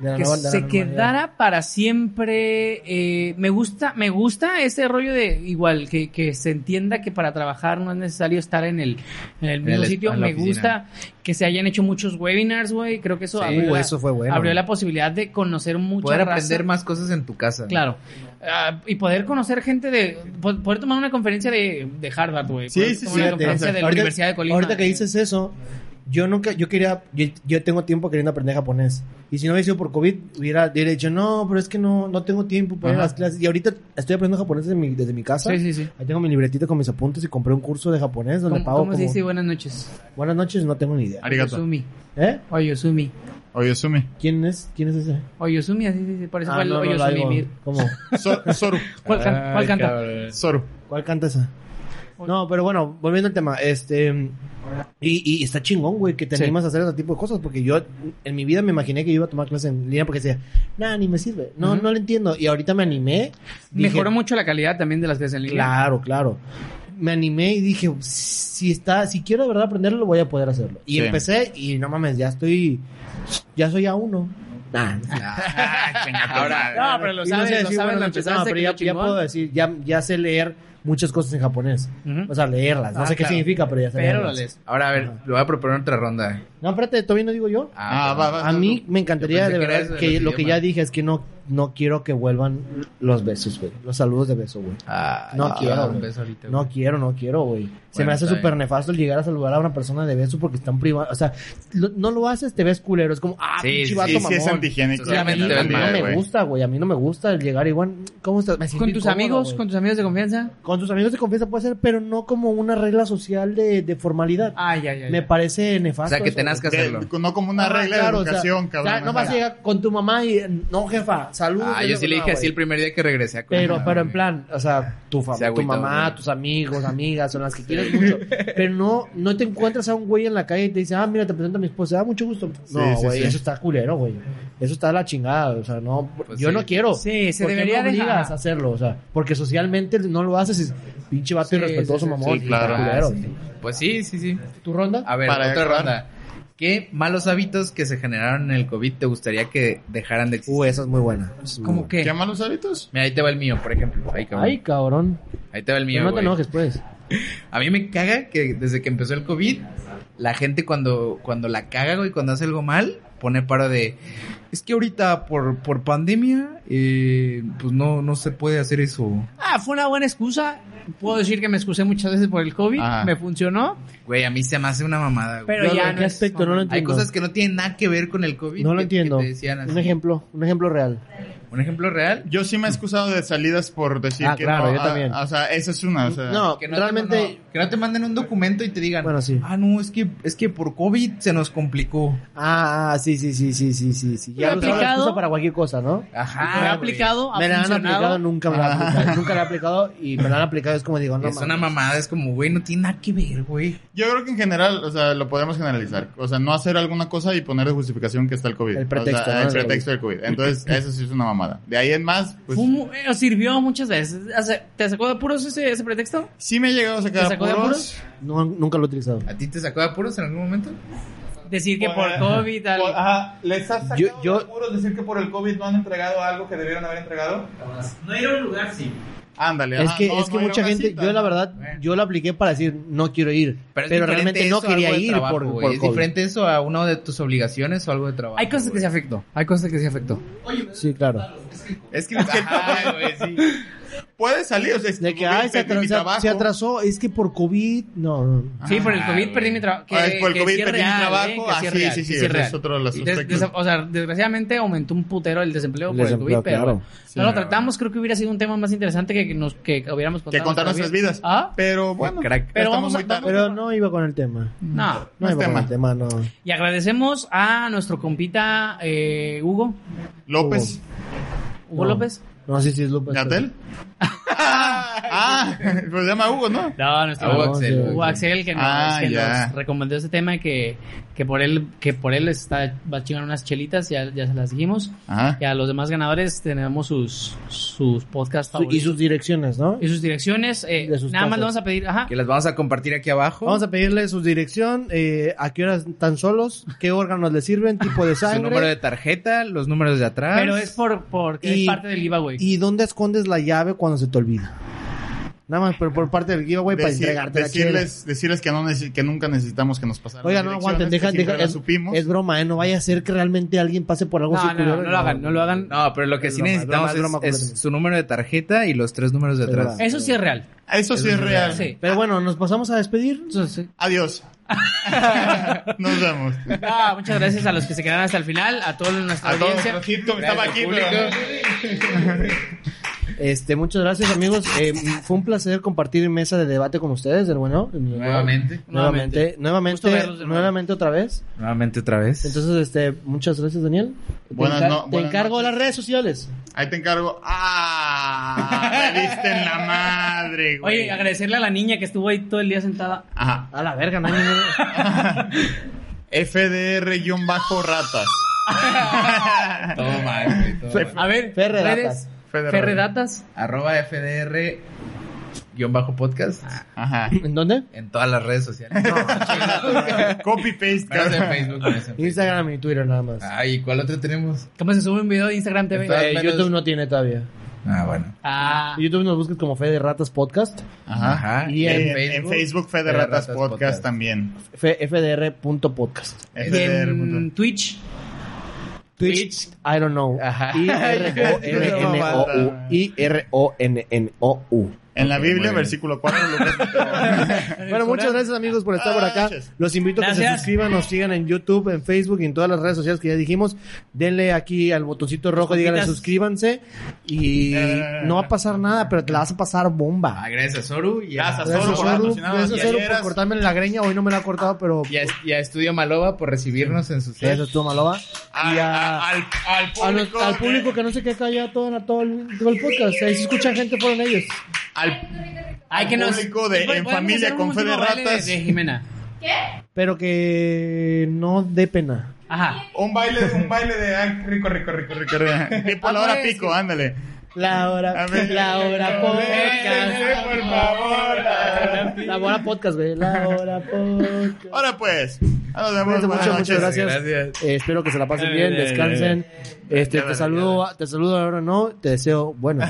Speaker 3: De la
Speaker 2: que
Speaker 3: nueva- de la
Speaker 2: se
Speaker 3: normalidad.
Speaker 2: quedara para siempre. eh, me gusta, me gusta ese rollo de igual que, que se entienda que para trabajar no es necesario estar en el, en el mismo
Speaker 4: el-
Speaker 2: sitio.
Speaker 4: en la
Speaker 2: Me gusta que se hayan hecho muchos webinars, güey. Creo que eso,
Speaker 4: Sí.
Speaker 3: Uh,
Speaker 2: la-
Speaker 3: eso fue bueno.
Speaker 2: abrió la posibilidad de conocer mucha
Speaker 4: Poder
Speaker 2: raza.
Speaker 4: aprender más cosas en tu casa.
Speaker 2: Claro. Ah, y poder conocer gente de. po- Poder tomar una conferencia de, de Harvard, güey.
Speaker 1: Sí,
Speaker 2: Poder
Speaker 1: sí,
Speaker 2: tomar
Speaker 1: sí,
Speaker 2: Una
Speaker 1: de-
Speaker 2: conferencia de la
Speaker 3: Ahorita-
Speaker 2: Universidad de Colima.
Speaker 3: Ahorita que
Speaker 2: Eh,
Speaker 3: dices eso, yo nunca, yo quería, yo, yo tengo tiempo queriendo aprender japonés. Y si no hubiera sido por COVID, hubiera, hubiera dicho, no, pero es que no, no tengo tiempo para ir a
Speaker 4: Ajá.
Speaker 3: las clases. Y ahorita estoy aprendiendo japonés desde mi, desde mi casa.
Speaker 2: Sí, sí, sí.
Speaker 3: Ahí tengo mi libretita con mis apuntes y compré un curso de japonés donde
Speaker 2: ¿Cómo,
Speaker 3: pago
Speaker 2: cómo se
Speaker 3: como...
Speaker 2: dice buenas noches?
Speaker 3: Buenas noches, no tengo ni idea.
Speaker 1: Arigato.
Speaker 2: Oyosumi.
Speaker 3: ¿Eh?
Speaker 2: Oyosumi.
Speaker 1: Oyosumi.
Speaker 3: ¿Quién es? ¿Quién es ese?
Speaker 2: Oyosumi, así se dice. Por eso fue el
Speaker 3: Ah, no, no, la
Speaker 2: Oyosumi.
Speaker 3: digo.
Speaker 2: mir. [laughs]
Speaker 3: ¿Cómo?
Speaker 1: So- Soru.
Speaker 2: ¿Cuál, can- cuál
Speaker 4: Ay,
Speaker 2: canta?
Speaker 4: cabrón.
Speaker 1: Soru.
Speaker 3: ¿Cuál canta esa? No, pero bueno, volviendo al tema, este. Y, y está chingón, güey, que te
Speaker 2: Sí.
Speaker 3: animas a hacer ese tipo de cosas, porque yo en mi vida me imaginé que yo iba a tomar clases en línea porque decía, nah, ni me sirve, no, no lo entiendo. Y ahorita me animé. dije,
Speaker 2: Mejoró mucho la calidad también de las clases en línea.
Speaker 3: Claro, claro. Me animé y dije, si está, si quiero de verdad aprenderlo, voy a poder hacerlo. Y
Speaker 4: Sí.
Speaker 3: empecé y no mames, ya estoy, ya soy a uno. Nah,
Speaker 4: Ah, [laughs] Ahora,
Speaker 2: No, pero lo
Speaker 3: Y no
Speaker 2: sabes,
Speaker 3: sé
Speaker 2: lo sabes,
Speaker 3: decir, bueno,
Speaker 2: lo
Speaker 3: no,
Speaker 2: empezaste,
Speaker 3: pero
Speaker 2: que
Speaker 3: ya,
Speaker 2: lo
Speaker 3: ya
Speaker 2: chingón.
Speaker 3: puedo decir, ya, ya sé leer muchas cosas en japonés.
Speaker 2: Ujú.
Speaker 3: O sea, leerlas. No
Speaker 2: Ah,
Speaker 3: sé qué
Speaker 2: claro.
Speaker 3: significa, pero ya sé
Speaker 2: Pero lo
Speaker 3: leerlas.
Speaker 2: lees.
Speaker 4: ahora a ver, le voy a proponer otra ronda.
Speaker 3: No, espérate, todavía no digo yo.
Speaker 1: Ah,
Speaker 4: perdón.
Speaker 1: va, va.
Speaker 3: A mí me encantaría
Speaker 4: pensé
Speaker 3: de
Speaker 4: que era
Speaker 3: verdad
Speaker 4: eso de
Speaker 3: que
Speaker 4: los
Speaker 3: lo que
Speaker 4: idiomas.
Speaker 3: ya dije es que no, no quiero que vuelvan los besos, güey. Los saludos de beso, güey.
Speaker 4: Ah,
Speaker 3: No
Speaker 4: te voy a
Speaker 3: quiero,
Speaker 4: dar un
Speaker 3: güey.
Speaker 4: beso ahorita,
Speaker 3: No
Speaker 4: güey.
Speaker 3: quiero, no quiero, güey. Se
Speaker 4: Bueno,
Speaker 3: me hace
Speaker 4: está
Speaker 3: súper
Speaker 4: bien.
Speaker 3: nefasto el llegar a saludar a una persona de beso porque están privados. O sea, lo- no lo haces, te ves culero. Es como, ah,
Speaker 4: Sí,
Speaker 3: pinche
Speaker 4: sí,
Speaker 3: vato
Speaker 1: Sí, sí
Speaker 3: mamón.
Speaker 1: es antihigiénico.
Speaker 3: Y a mí,
Speaker 4: Obviamente
Speaker 1: al
Speaker 4: te
Speaker 1: final
Speaker 3: a
Speaker 4: ves
Speaker 3: mí
Speaker 1: del día,
Speaker 3: no
Speaker 4: mal,
Speaker 3: me
Speaker 1: güey.
Speaker 3: gusta, güey. A mí no me gusta el llegar igual. ¿Cómo estás? Me siento
Speaker 2: Con tus
Speaker 3: incómodo,
Speaker 2: amigos,
Speaker 3: güey.
Speaker 2: con tus amigos de confianza.
Speaker 3: Con tus amigos de confianza puede ser, pero no como una regla social de, de formalidad.
Speaker 2: Ay, ay, ay.
Speaker 3: Me parece
Speaker 4: O
Speaker 3: nefasto.
Speaker 4: sea, que
Speaker 3: eso,
Speaker 4: tenés que
Speaker 3: güey.
Speaker 1: De-
Speaker 4: hacerlo.
Speaker 1: no como una
Speaker 3: Ah,
Speaker 1: regla
Speaker 3: claro,
Speaker 1: de
Speaker 3: o sea,
Speaker 1: educación,
Speaker 3: o sea,
Speaker 1: cabrón.
Speaker 3: no vas a
Speaker 1: ajá.
Speaker 3: llegar con tu mamá y no, jefa, saludos.
Speaker 4: Ah, yo sí le
Speaker 3: No,
Speaker 4: dije así
Speaker 3: güey.
Speaker 4: el primer día que regresé a
Speaker 3: Pero,
Speaker 4: Cuernavaca,
Speaker 3: pero en
Speaker 4: güey.
Speaker 3: plan, o sea, tu, fam-
Speaker 4: Se agüitó,
Speaker 3: tu mamá,
Speaker 4: güey.
Speaker 3: tus amigos, amigas, son las que quieres mucho. Pero no, no te encuentras a un güey en la calle y te dice, ah, mira, te presento a mi esposa, ah, mucho gusto. No,
Speaker 1: sí,
Speaker 3: güey,
Speaker 1: sí.
Speaker 3: eso está culero, güey. Eso está a la chingada, o sea, no,
Speaker 4: Pues
Speaker 3: yo
Speaker 4: sí.
Speaker 3: no quiero.
Speaker 2: Sí, se
Speaker 3: ¿Por qué
Speaker 2: debería
Speaker 3: me obligas
Speaker 2: dejar.
Speaker 3: a hacerlo, o sea, porque socialmente no lo haces, es pinche vato
Speaker 2: Sí, sí,
Speaker 3: irrespetuoso,
Speaker 2: sí,
Speaker 3: mamón.
Speaker 1: sí, claro.
Speaker 3: está culero.
Speaker 4: Ah, sí. Pues sí, sí, sí.
Speaker 3: ¿Tu ronda?
Speaker 4: A ver,
Speaker 1: Para
Speaker 4: otra
Speaker 1: acabar.
Speaker 4: ronda. ¿Qué malos hábitos que se generaron en el COVID te gustaría que dejaran de existir?
Speaker 3: Uh, esa es muy buena. esa es muy
Speaker 2: ¿Cómo
Speaker 3: buena.
Speaker 2: qué?
Speaker 1: ¿Qué malos hábitos?
Speaker 4: Mira, ahí te va el mío, por ejemplo. Ahí, cabrón.
Speaker 3: Ay, cabrón.
Speaker 4: Ahí te va el mío,
Speaker 3: Pero no te
Speaker 4: güey.
Speaker 3: enojes, pues.
Speaker 4: A mí me caga que desde que empezó el COVID, la gente cuando, cuando la caga, güey, cuando hace algo mal, pone paro de... Es que ahorita por, por pandemia, eh, pues no, no se puede hacer eso.
Speaker 2: Ah, fue una buena excusa. Puedo decir que me excusé muchas veces por el COVID.
Speaker 1: Ajá.
Speaker 2: Me funcionó.
Speaker 4: Güey, a mí se me hace una mamada, güey.
Speaker 2: Pero
Speaker 3: Yo,
Speaker 2: ya
Speaker 3: ¿en
Speaker 2: no
Speaker 3: qué
Speaker 2: es-
Speaker 3: aspecto? No lo
Speaker 4: Hay
Speaker 3: entiendo.
Speaker 4: cosas que no tienen nada que ver con el COVID.
Speaker 3: No
Speaker 4: que-
Speaker 3: lo
Speaker 4: que
Speaker 3: entiendo.
Speaker 4: te decían así.
Speaker 3: Un ejemplo, un ejemplo real.
Speaker 4: Un ejemplo real.
Speaker 1: Yo sí me he excusado de salidas por decir
Speaker 3: Ah,
Speaker 1: que
Speaker 3: claro,
Speaker 1: no.
Speaker 3: yo
Speaker 1: ah,
Speaker 3: también.
Speaker 1: O sea, esa es una. o sea,
Speaker 3: No,
Speaker 4: Que no
Speaker 3: realmente.
Speaker 4: Te, no, que no te manden un documento y te digan,
Speaker 3: Bueno, sí.
Speaker 4: ah, no, es que, es que por COVID se nos complicó.
Speaker 3: Ah, ah, sí, sí, sí, sí, sí, sí, sí.
Speaker 2: ¿Me
Speaker 3: Ya
Speaker 2: ha
Speaker 3: lo usaba de
Speaker 2: aplicado?
Speaker 3: excusa para cualquier cosa, ¿no?
Speaker 4: Ajá.
Speaker 2: Me ha
Speaker 4: güey.
Speaker 2: aplicado, ha
Speaker 3: Ah, Me la han
Speaker 2: funcionado.
Speaker 3: aplicado, nunca me la han aplicado. Nunca la he aplicado y me la han aplicado. Es como digo, no
Speaker 4: es una
Speaker 3: mames.
Speaker 4: mamada, es como, güey, no tiene nada que ver, güey.
Speaker 1: Yo creo que en general, o sea, lo podemos generalizar. O sea, no hacer alguna cosa y poner de justificación que está el COVID.
Speaker 3: El pretexto,
Speaker 1: O sea,
Speaker 3: ¿no?
Speaker 1: El pretexto del COVID.
Speaker 3: [laughs]
Speaker 1: Entonces, eso sí es una mamada. De ahí en más, pues.
Speaker 2: Fue mu- eh, sirvió muchas veces. Hace- ¿Te sacó de apuros ese, ese pretexto?
Speaker 1: Sí me he llegado a sacar
Speaker 2: ¿Te sacó de
Speaker 1: apuros.
Speaker 3: No, nunca lo he utilizado.
Speaker 4: ¿A ti te sacó de apuros en algún momento?
Speaker 2: Decir que
Speaker 3: Pues,
Speaker 2: por COVID, tal.
Speaker 3: ah,
Speaker 6: Por-
Speaker 1: ah,
Speaker 6: ajá, ¿les has sacado
Speaker 3: Yo- yo-
Speaker 6: de apuros decir que por el COVID no han entregado algo que debieron haber entregado?
Speaker 1: Ándale.
Speaker 3: es
Speaker 1: ajá,
Speaker 3: que,
Speaker 1: no,
Speaker 3: es que
Speaker 1: no era
Speaker 3: mucha
Speaker 1: una
Speaker 3: gente,
Speaker 1: cita,
Speaker 3: yo la
Speaker 1: ajá.
Speaker 3: verdad,
Speaker 4: Bueno.
Speaker 3: yo la apliqué para decir no quiero ir. Pero,
Speaker 4: es diferente
Speaker 3: realmente no
Speaker 4: eso a algo
Speaker 3: quería
Speaker 4: de
Speaker 3: ir
Speaker 4: trabajo,
Speaker 3: por,
Speaker 4: güey.
Speaker 3: por
Speaker 4: Es
Speaker 3: COVID.
Speaker 4: diferente eso a una de tus obligaciones o algo de trabajo.
Speaker 2: Hay cosas que
Speaker 4: güey.
Speaker 2: se afectó. Hay cosas que se afectó.
Speaker 3: Sí, claro.
Speaker 1: Es que, es que
Speaker 4: Ajá, güey,
Speaker 3: [laughs]
Speaker 4: sí.
Speaker 1: puede salir. O sea, es
Speaker 3: De que,
Speaker 1: como
Speaker 3: ay,
Speaker 1: mi-
Speaker 3: se
Speaker 1: mi- mi
Speaker 3: atrasó,
Speaker 1: trabajo.
Speaker 3: se atrasó, es que por COVID, no, no. no.
Speaker 2: Sí, por el COVID
Speaker 4: güey.
Speaker 2: perdí mi trabajo.
Speaker 1: Ah, es por el
Speaker 2: que
Speaker 1: COVID
Speaker 2: sí es
Speaker 1: perdí mi
Speaker 2: real,
Speaker 1: trabajo.
Speaker 2: ¿eh? Que
Speaker 1: Ah,
Speaker 2: es
Speaker 1: sí,
Speaker 2: real,
Speaker 1: sí, sí,
Speaker 2: que es
Speaker 1: ese
Speaker 2: real.
Speaker 1: es otro de los
Speaker 2: Y des-
Speaker 1: aspectos.
Speaker 2: desa- O sea, desgraciadamente aumentó un putero el desempleo
Speaker 3: El
Speaker 2: por
Speaker 3: desempleo,
Speaker 2: el COVID, pero
Speaker 3: claro.
Speaker 2: no lo
Speaker 4: Sí.
Speaker 2: tratamos. Creo que hubiera sido un tema más interesante que, nos, que hubiéramos contado.
Speaker 1: Que contar nuestras vidas.
Speaker 2: Ah,
Speaker 1: Pero bueno.
Speaker 4: Crack.
Speaker 2: Pero
Speaker 1: estamos
Speaker 2: vamos a-
Speaker 1: muy tarde.
Speaker 3: Pero no iba con el tema.
Speaker 2: no.
Speaker 3: No,
Speaker 1: No es
Speaker 3: iba con el tema, no.
Speaker 2: Y agradecemos a nuestro compita eh, Hugo,
Speaker 1: López.
Speaker 3: Oh,
Speaker 2: Hugo
Speaker 3: No.
Speaker 2: López.
Speaker 3: No, sí, sí, es López.
Speaker 1: ¿Gatel?
Speaker 3: pues.
Speaker 1: [laughs] ah, pues se llama Hugo, ¿no?
Speaker 2: No,
Speaker 4: A
Speaker 2: nuestro
Speaker 4: Hugo
Speaker 3: Ah,
Speaker 4: Axel,
Speaker 3: sí.
Speaker 2: Hugo
Speaker 4: güey.
Speaker 2: Axel que, nos,
Speaker 1: Ah,
Speaker 2: que
Speaker 1: ya.
Speaker 2: nos recomendó ese tema que, que por él que por él está va a chingar unas chelitas, ya, ya se las dijimos.
Speaker 1: Ajá.
Speaker 2: Y a los demás ganadores tenemos sus sus podcasts
Speaker 3: Su- Y
Speaker 2: favoritos.
Speaker 3: sus direcciones, ¿no?
Speaker 2: y sus direcciones, eh,
Speaker 3: De sus
Speaker 2: nada más
Speaker 3: casas.
Speaker 2: le vamos a pedir, ajá,
Speaker 4: Que las vamos a compartir aquí abajo.
Speaker 3: Vamos a pedirle su dirección, eh, a qué horas están solos, qué órganos le sirven, tipo
Speaker 2: [laughs]
Speaker 3: de
Speaker 4: su número
Speaker 3: sangre
Speaker 4: de tarjeta, los números de atrás.
Speaker 2: pero es por porque
Speaker 3: Y-
Speaker 2: es parte del giveaway.
Speaker 3: y dónde escondes la llave cuando se te olvida. Nada más, pero por parte del giveaway para
Speaker 1: Decir-
Speaker 3: entregarte la chela.
Speaker 1: decirles, decirles que no neces- que nunca necesitamos que nos pasaran.
Speaker 3: Oiga,
Speaker 1: las
Speaker 3: no
Speaker 1: direcciones,
Speaker 3: aguanten,
Speaker 1: que
Speaker 3: deja,
Speaker 1: siempre
Speaker 3: deja-
Speaker 1: las
Speaker 3: es,
Speaker 1: supimos.
Speaker 3: es broma, ¿eh? No vaya a ser que realmente alguien pase por algo
Speaker 2: no, no,
Speaker 3: circular.
Speaker 2: no, no lo hagan, no lo hagan.
Speaker 4: No, pero lo que
Speaker 3: Es
Speaker 4: sí
Speaker 3: broma,
Speaker 4: necesitamos
Speaker 3: es broma,
Speaker 4: es-
Speaker 3: es broma
Speaker 4: es, su número de tarjeta y los tres números de
Speaker 3: Es
Speaker 4: atrás.
Speaker 3: verdad.
Speaker 2: Eso sí es real.
Speaker 1: Eso sí es real.
Speaker 2: Sí.
Speaker 3: Pero bueno, nos pasamos a despedir.
Speaker 2: Entonces,
Speaker 3: [laughs]
Speaker 1: Adiós. nos vemos.
Speaker 2: ah, muchas gracias a los que se quedaron hasta el final, a toda nuestra
Speaker 1: A todos,
Speaker 2: audiencia.
Speaker 1: Francisco, que estaba aquí,
Speaker 4: Público.
Speaker 1: pero-
Speaker 3: Este, muchas gracias, amigos. Eh, fue un placer compartir mesa de debate con ustedes, del bueno.
Speaker 4: Nuevamente.
Speaker 3: Nuevamente, nuevamente,
Speaker 2: Gusto verlos de nuevo.
Speaker 3: nuevamente otra vez.
Speaker 4: Nuevamente otra
Speaker 3: [laughs]
Speaker 4: vez.
Speaker 3: Entonces, este, muchas gracias, Daniel. Te
Speaker 1: Buenas
Speaker 3: encar-
Speaker 1: no-
Speaker 3: Te
Speaker 1: buenas
Speaker 3: encargo
Speaker 1: noches.
Speaker 3: las redes sociales.
Speaker 1: Ahí te encargo. ¡Ah! Me diste en la madre, güey.
Speaker 2: Oye, agradecerle a la niña que estuvo ahí todo el día sentada.
Speaker 1: Ajá.
Speaker 3: A la verga, no hay ningún-
Speaker 1: FDR-ratas.
Speaker 4: Todo mal, güey, todo mal.
Speaker 2: A ver,
Speaker 3: Ferre
Speaker 2: redes.
Speaker 3: Datas.
Speaker 1: Ferre
Speaker 2: Ferre Datas.
Speaker 4: Arroba FDR guión bajo podcast
Speaker 2: Ah.
Speaker 1: Ajá.
Speaker 3: [laughs] ¿En dónde?
Speaker 4: en todas las redes sociales.
Speaker 1: [laughs] Copy paste,
Speaker 4: Menos en
Speaker 1: cabrón.
Speaker 4: Facebook. menos en Facebook.
Speaker 3: Instagram y Twitter nada
Speaker 1: Ah,
Speaker 3: más.
Speaker 4: Ay, ¿y ¿cuál otro tenemos?
Speaker 2: ¿Cómo se sube un video de Instagram TV?
Speaker 4: Está-
Speaker 3: Eh,
Speaker 4: menos-
Speaker 3: YouTube no tiene todavía.
Speaker 4: Ah, bueno.
Speaker 2: Ah,
Speaker 3: YouTube nos buscas como Fe de Ratas Podcast,
Speaker 1: Ajá.
Speaker 4: Ajá.
Speaker 1: Y en, en Facebook, Fede
Speaker 4: Fede
Speaker 1: Ratas
Speaker 4: Ratas
Speaker 1: Podcast,
Speaker 4: Podcast.
Speaker 1: también.
Speaker 3: F- fdr.podcast.
Speaker 2: y
Speaker 1: FDR.
Speaker 2: en Twitch.
Speaker 3: Twitch, I don't know.
Speaker 4: Ajá.
Speaker 3: I-R-O-N-N-O-U.
Speaker 1: [laughs]
Speaker 3: I-R-O-N-N-O-U.
Speaker 1: En la
Speaker 4: Ok, muy
Speaker 1: Biblia,
Speaker 4: bien.
Speaker 1: versículo 4, [laughs]
Speaker 3: Bueno, muchas gracias amigos por estar por acá.
Speaker 1: Ah, Gracias.
Speaker 3: Los invito a que se
Speaker 2: Gracias.
Speaker 3: suscriban, nos sigan en YouTube, en Facebook y en todas las redes sociales que ya dijimos. Denle aquí al botoncito rojo, díganle
Speaker 2: Copitas.
Speaker 3: suscríbanse y
Speaker 1: Mira, mira, mira,
Speaker 3: no va a pasar nada, pero te la vas a pasar bomba.
Speaker 4: Ah, gracias a Soru y a,
Speaker 1: Gracias a Soru.
Speaker 3: Gracias,
Speaker 1: por
Speaker 3: Soru,
Speaker 1: patrocinarnos.
Speaker 3: gracias,
Speaker 1: Y
Speaker 3: Soru,
Speaker 1: ayer
Speaker 3: por
Speaker 1: as-
Speaker 3: cortarme la greña. Hoy no me la ha cortado, pero
Speaker 4: y a- y a Estudio Maloba por recibirnos en su set.
Speaker 3: gracias, tú, Maloba. Y a-
Speaker 1: al, al
Speaker 3: a los-
Speaker 1: eh.
Speaker 3: al público que no se queda callado todo, en- todo, el, todo el podcast. Ahí se escucha gente fueron ellos.
Speaker 1: al-
Speaker 2: Ay,
Speaker 1: Al
Speaker 2: que nos-
Speaker 1: público de
Speaker 2: ¿Podemos
Speaker 1: En Familia
Speaker 2: hacer un
Speaker 1: con Fe de
Speaker 2: último baile
Speaker 1: Ratas?
Speaker 2: De, de Jimena.
Speaker 3: Pero que no dé pena.
Speaker 2: Ajá.
Speaker 1: un baile, un baile de ah, rico, rico, rico, rico. rico. Tipo la
Speaker 2: Ah,
Speaker 1: hora
Speaker 2: pues,
Speaker 1: pico, ándale.
Speaker 3: La hora,
Speaker 1: A ver.
Speaker 3: la hora podcast.
Speaker 1: Por favor.
Speaker 3: La hora podcast, güey. La hora podcast.
Speaker 1: Ahora pues. Ahora nos vemos.
Speaker 3: Cuídense
Speaker 1: Buenas
Speaker 3: mucho, muchas
Speaker 1: noches.
Speaker 3: gracias.
Speaker 4: Gracias.
Speaker 3: Eh, espero que se la pasen
Speaker 2: Ay,
Speaker 3: bien,
Speaker 2: ay, ay,
Speaker 3: descansen. Este,
Speaker 1: Ya, ya,
Speaker 3: te saludo, te saludo ahora no, te deseo bueno.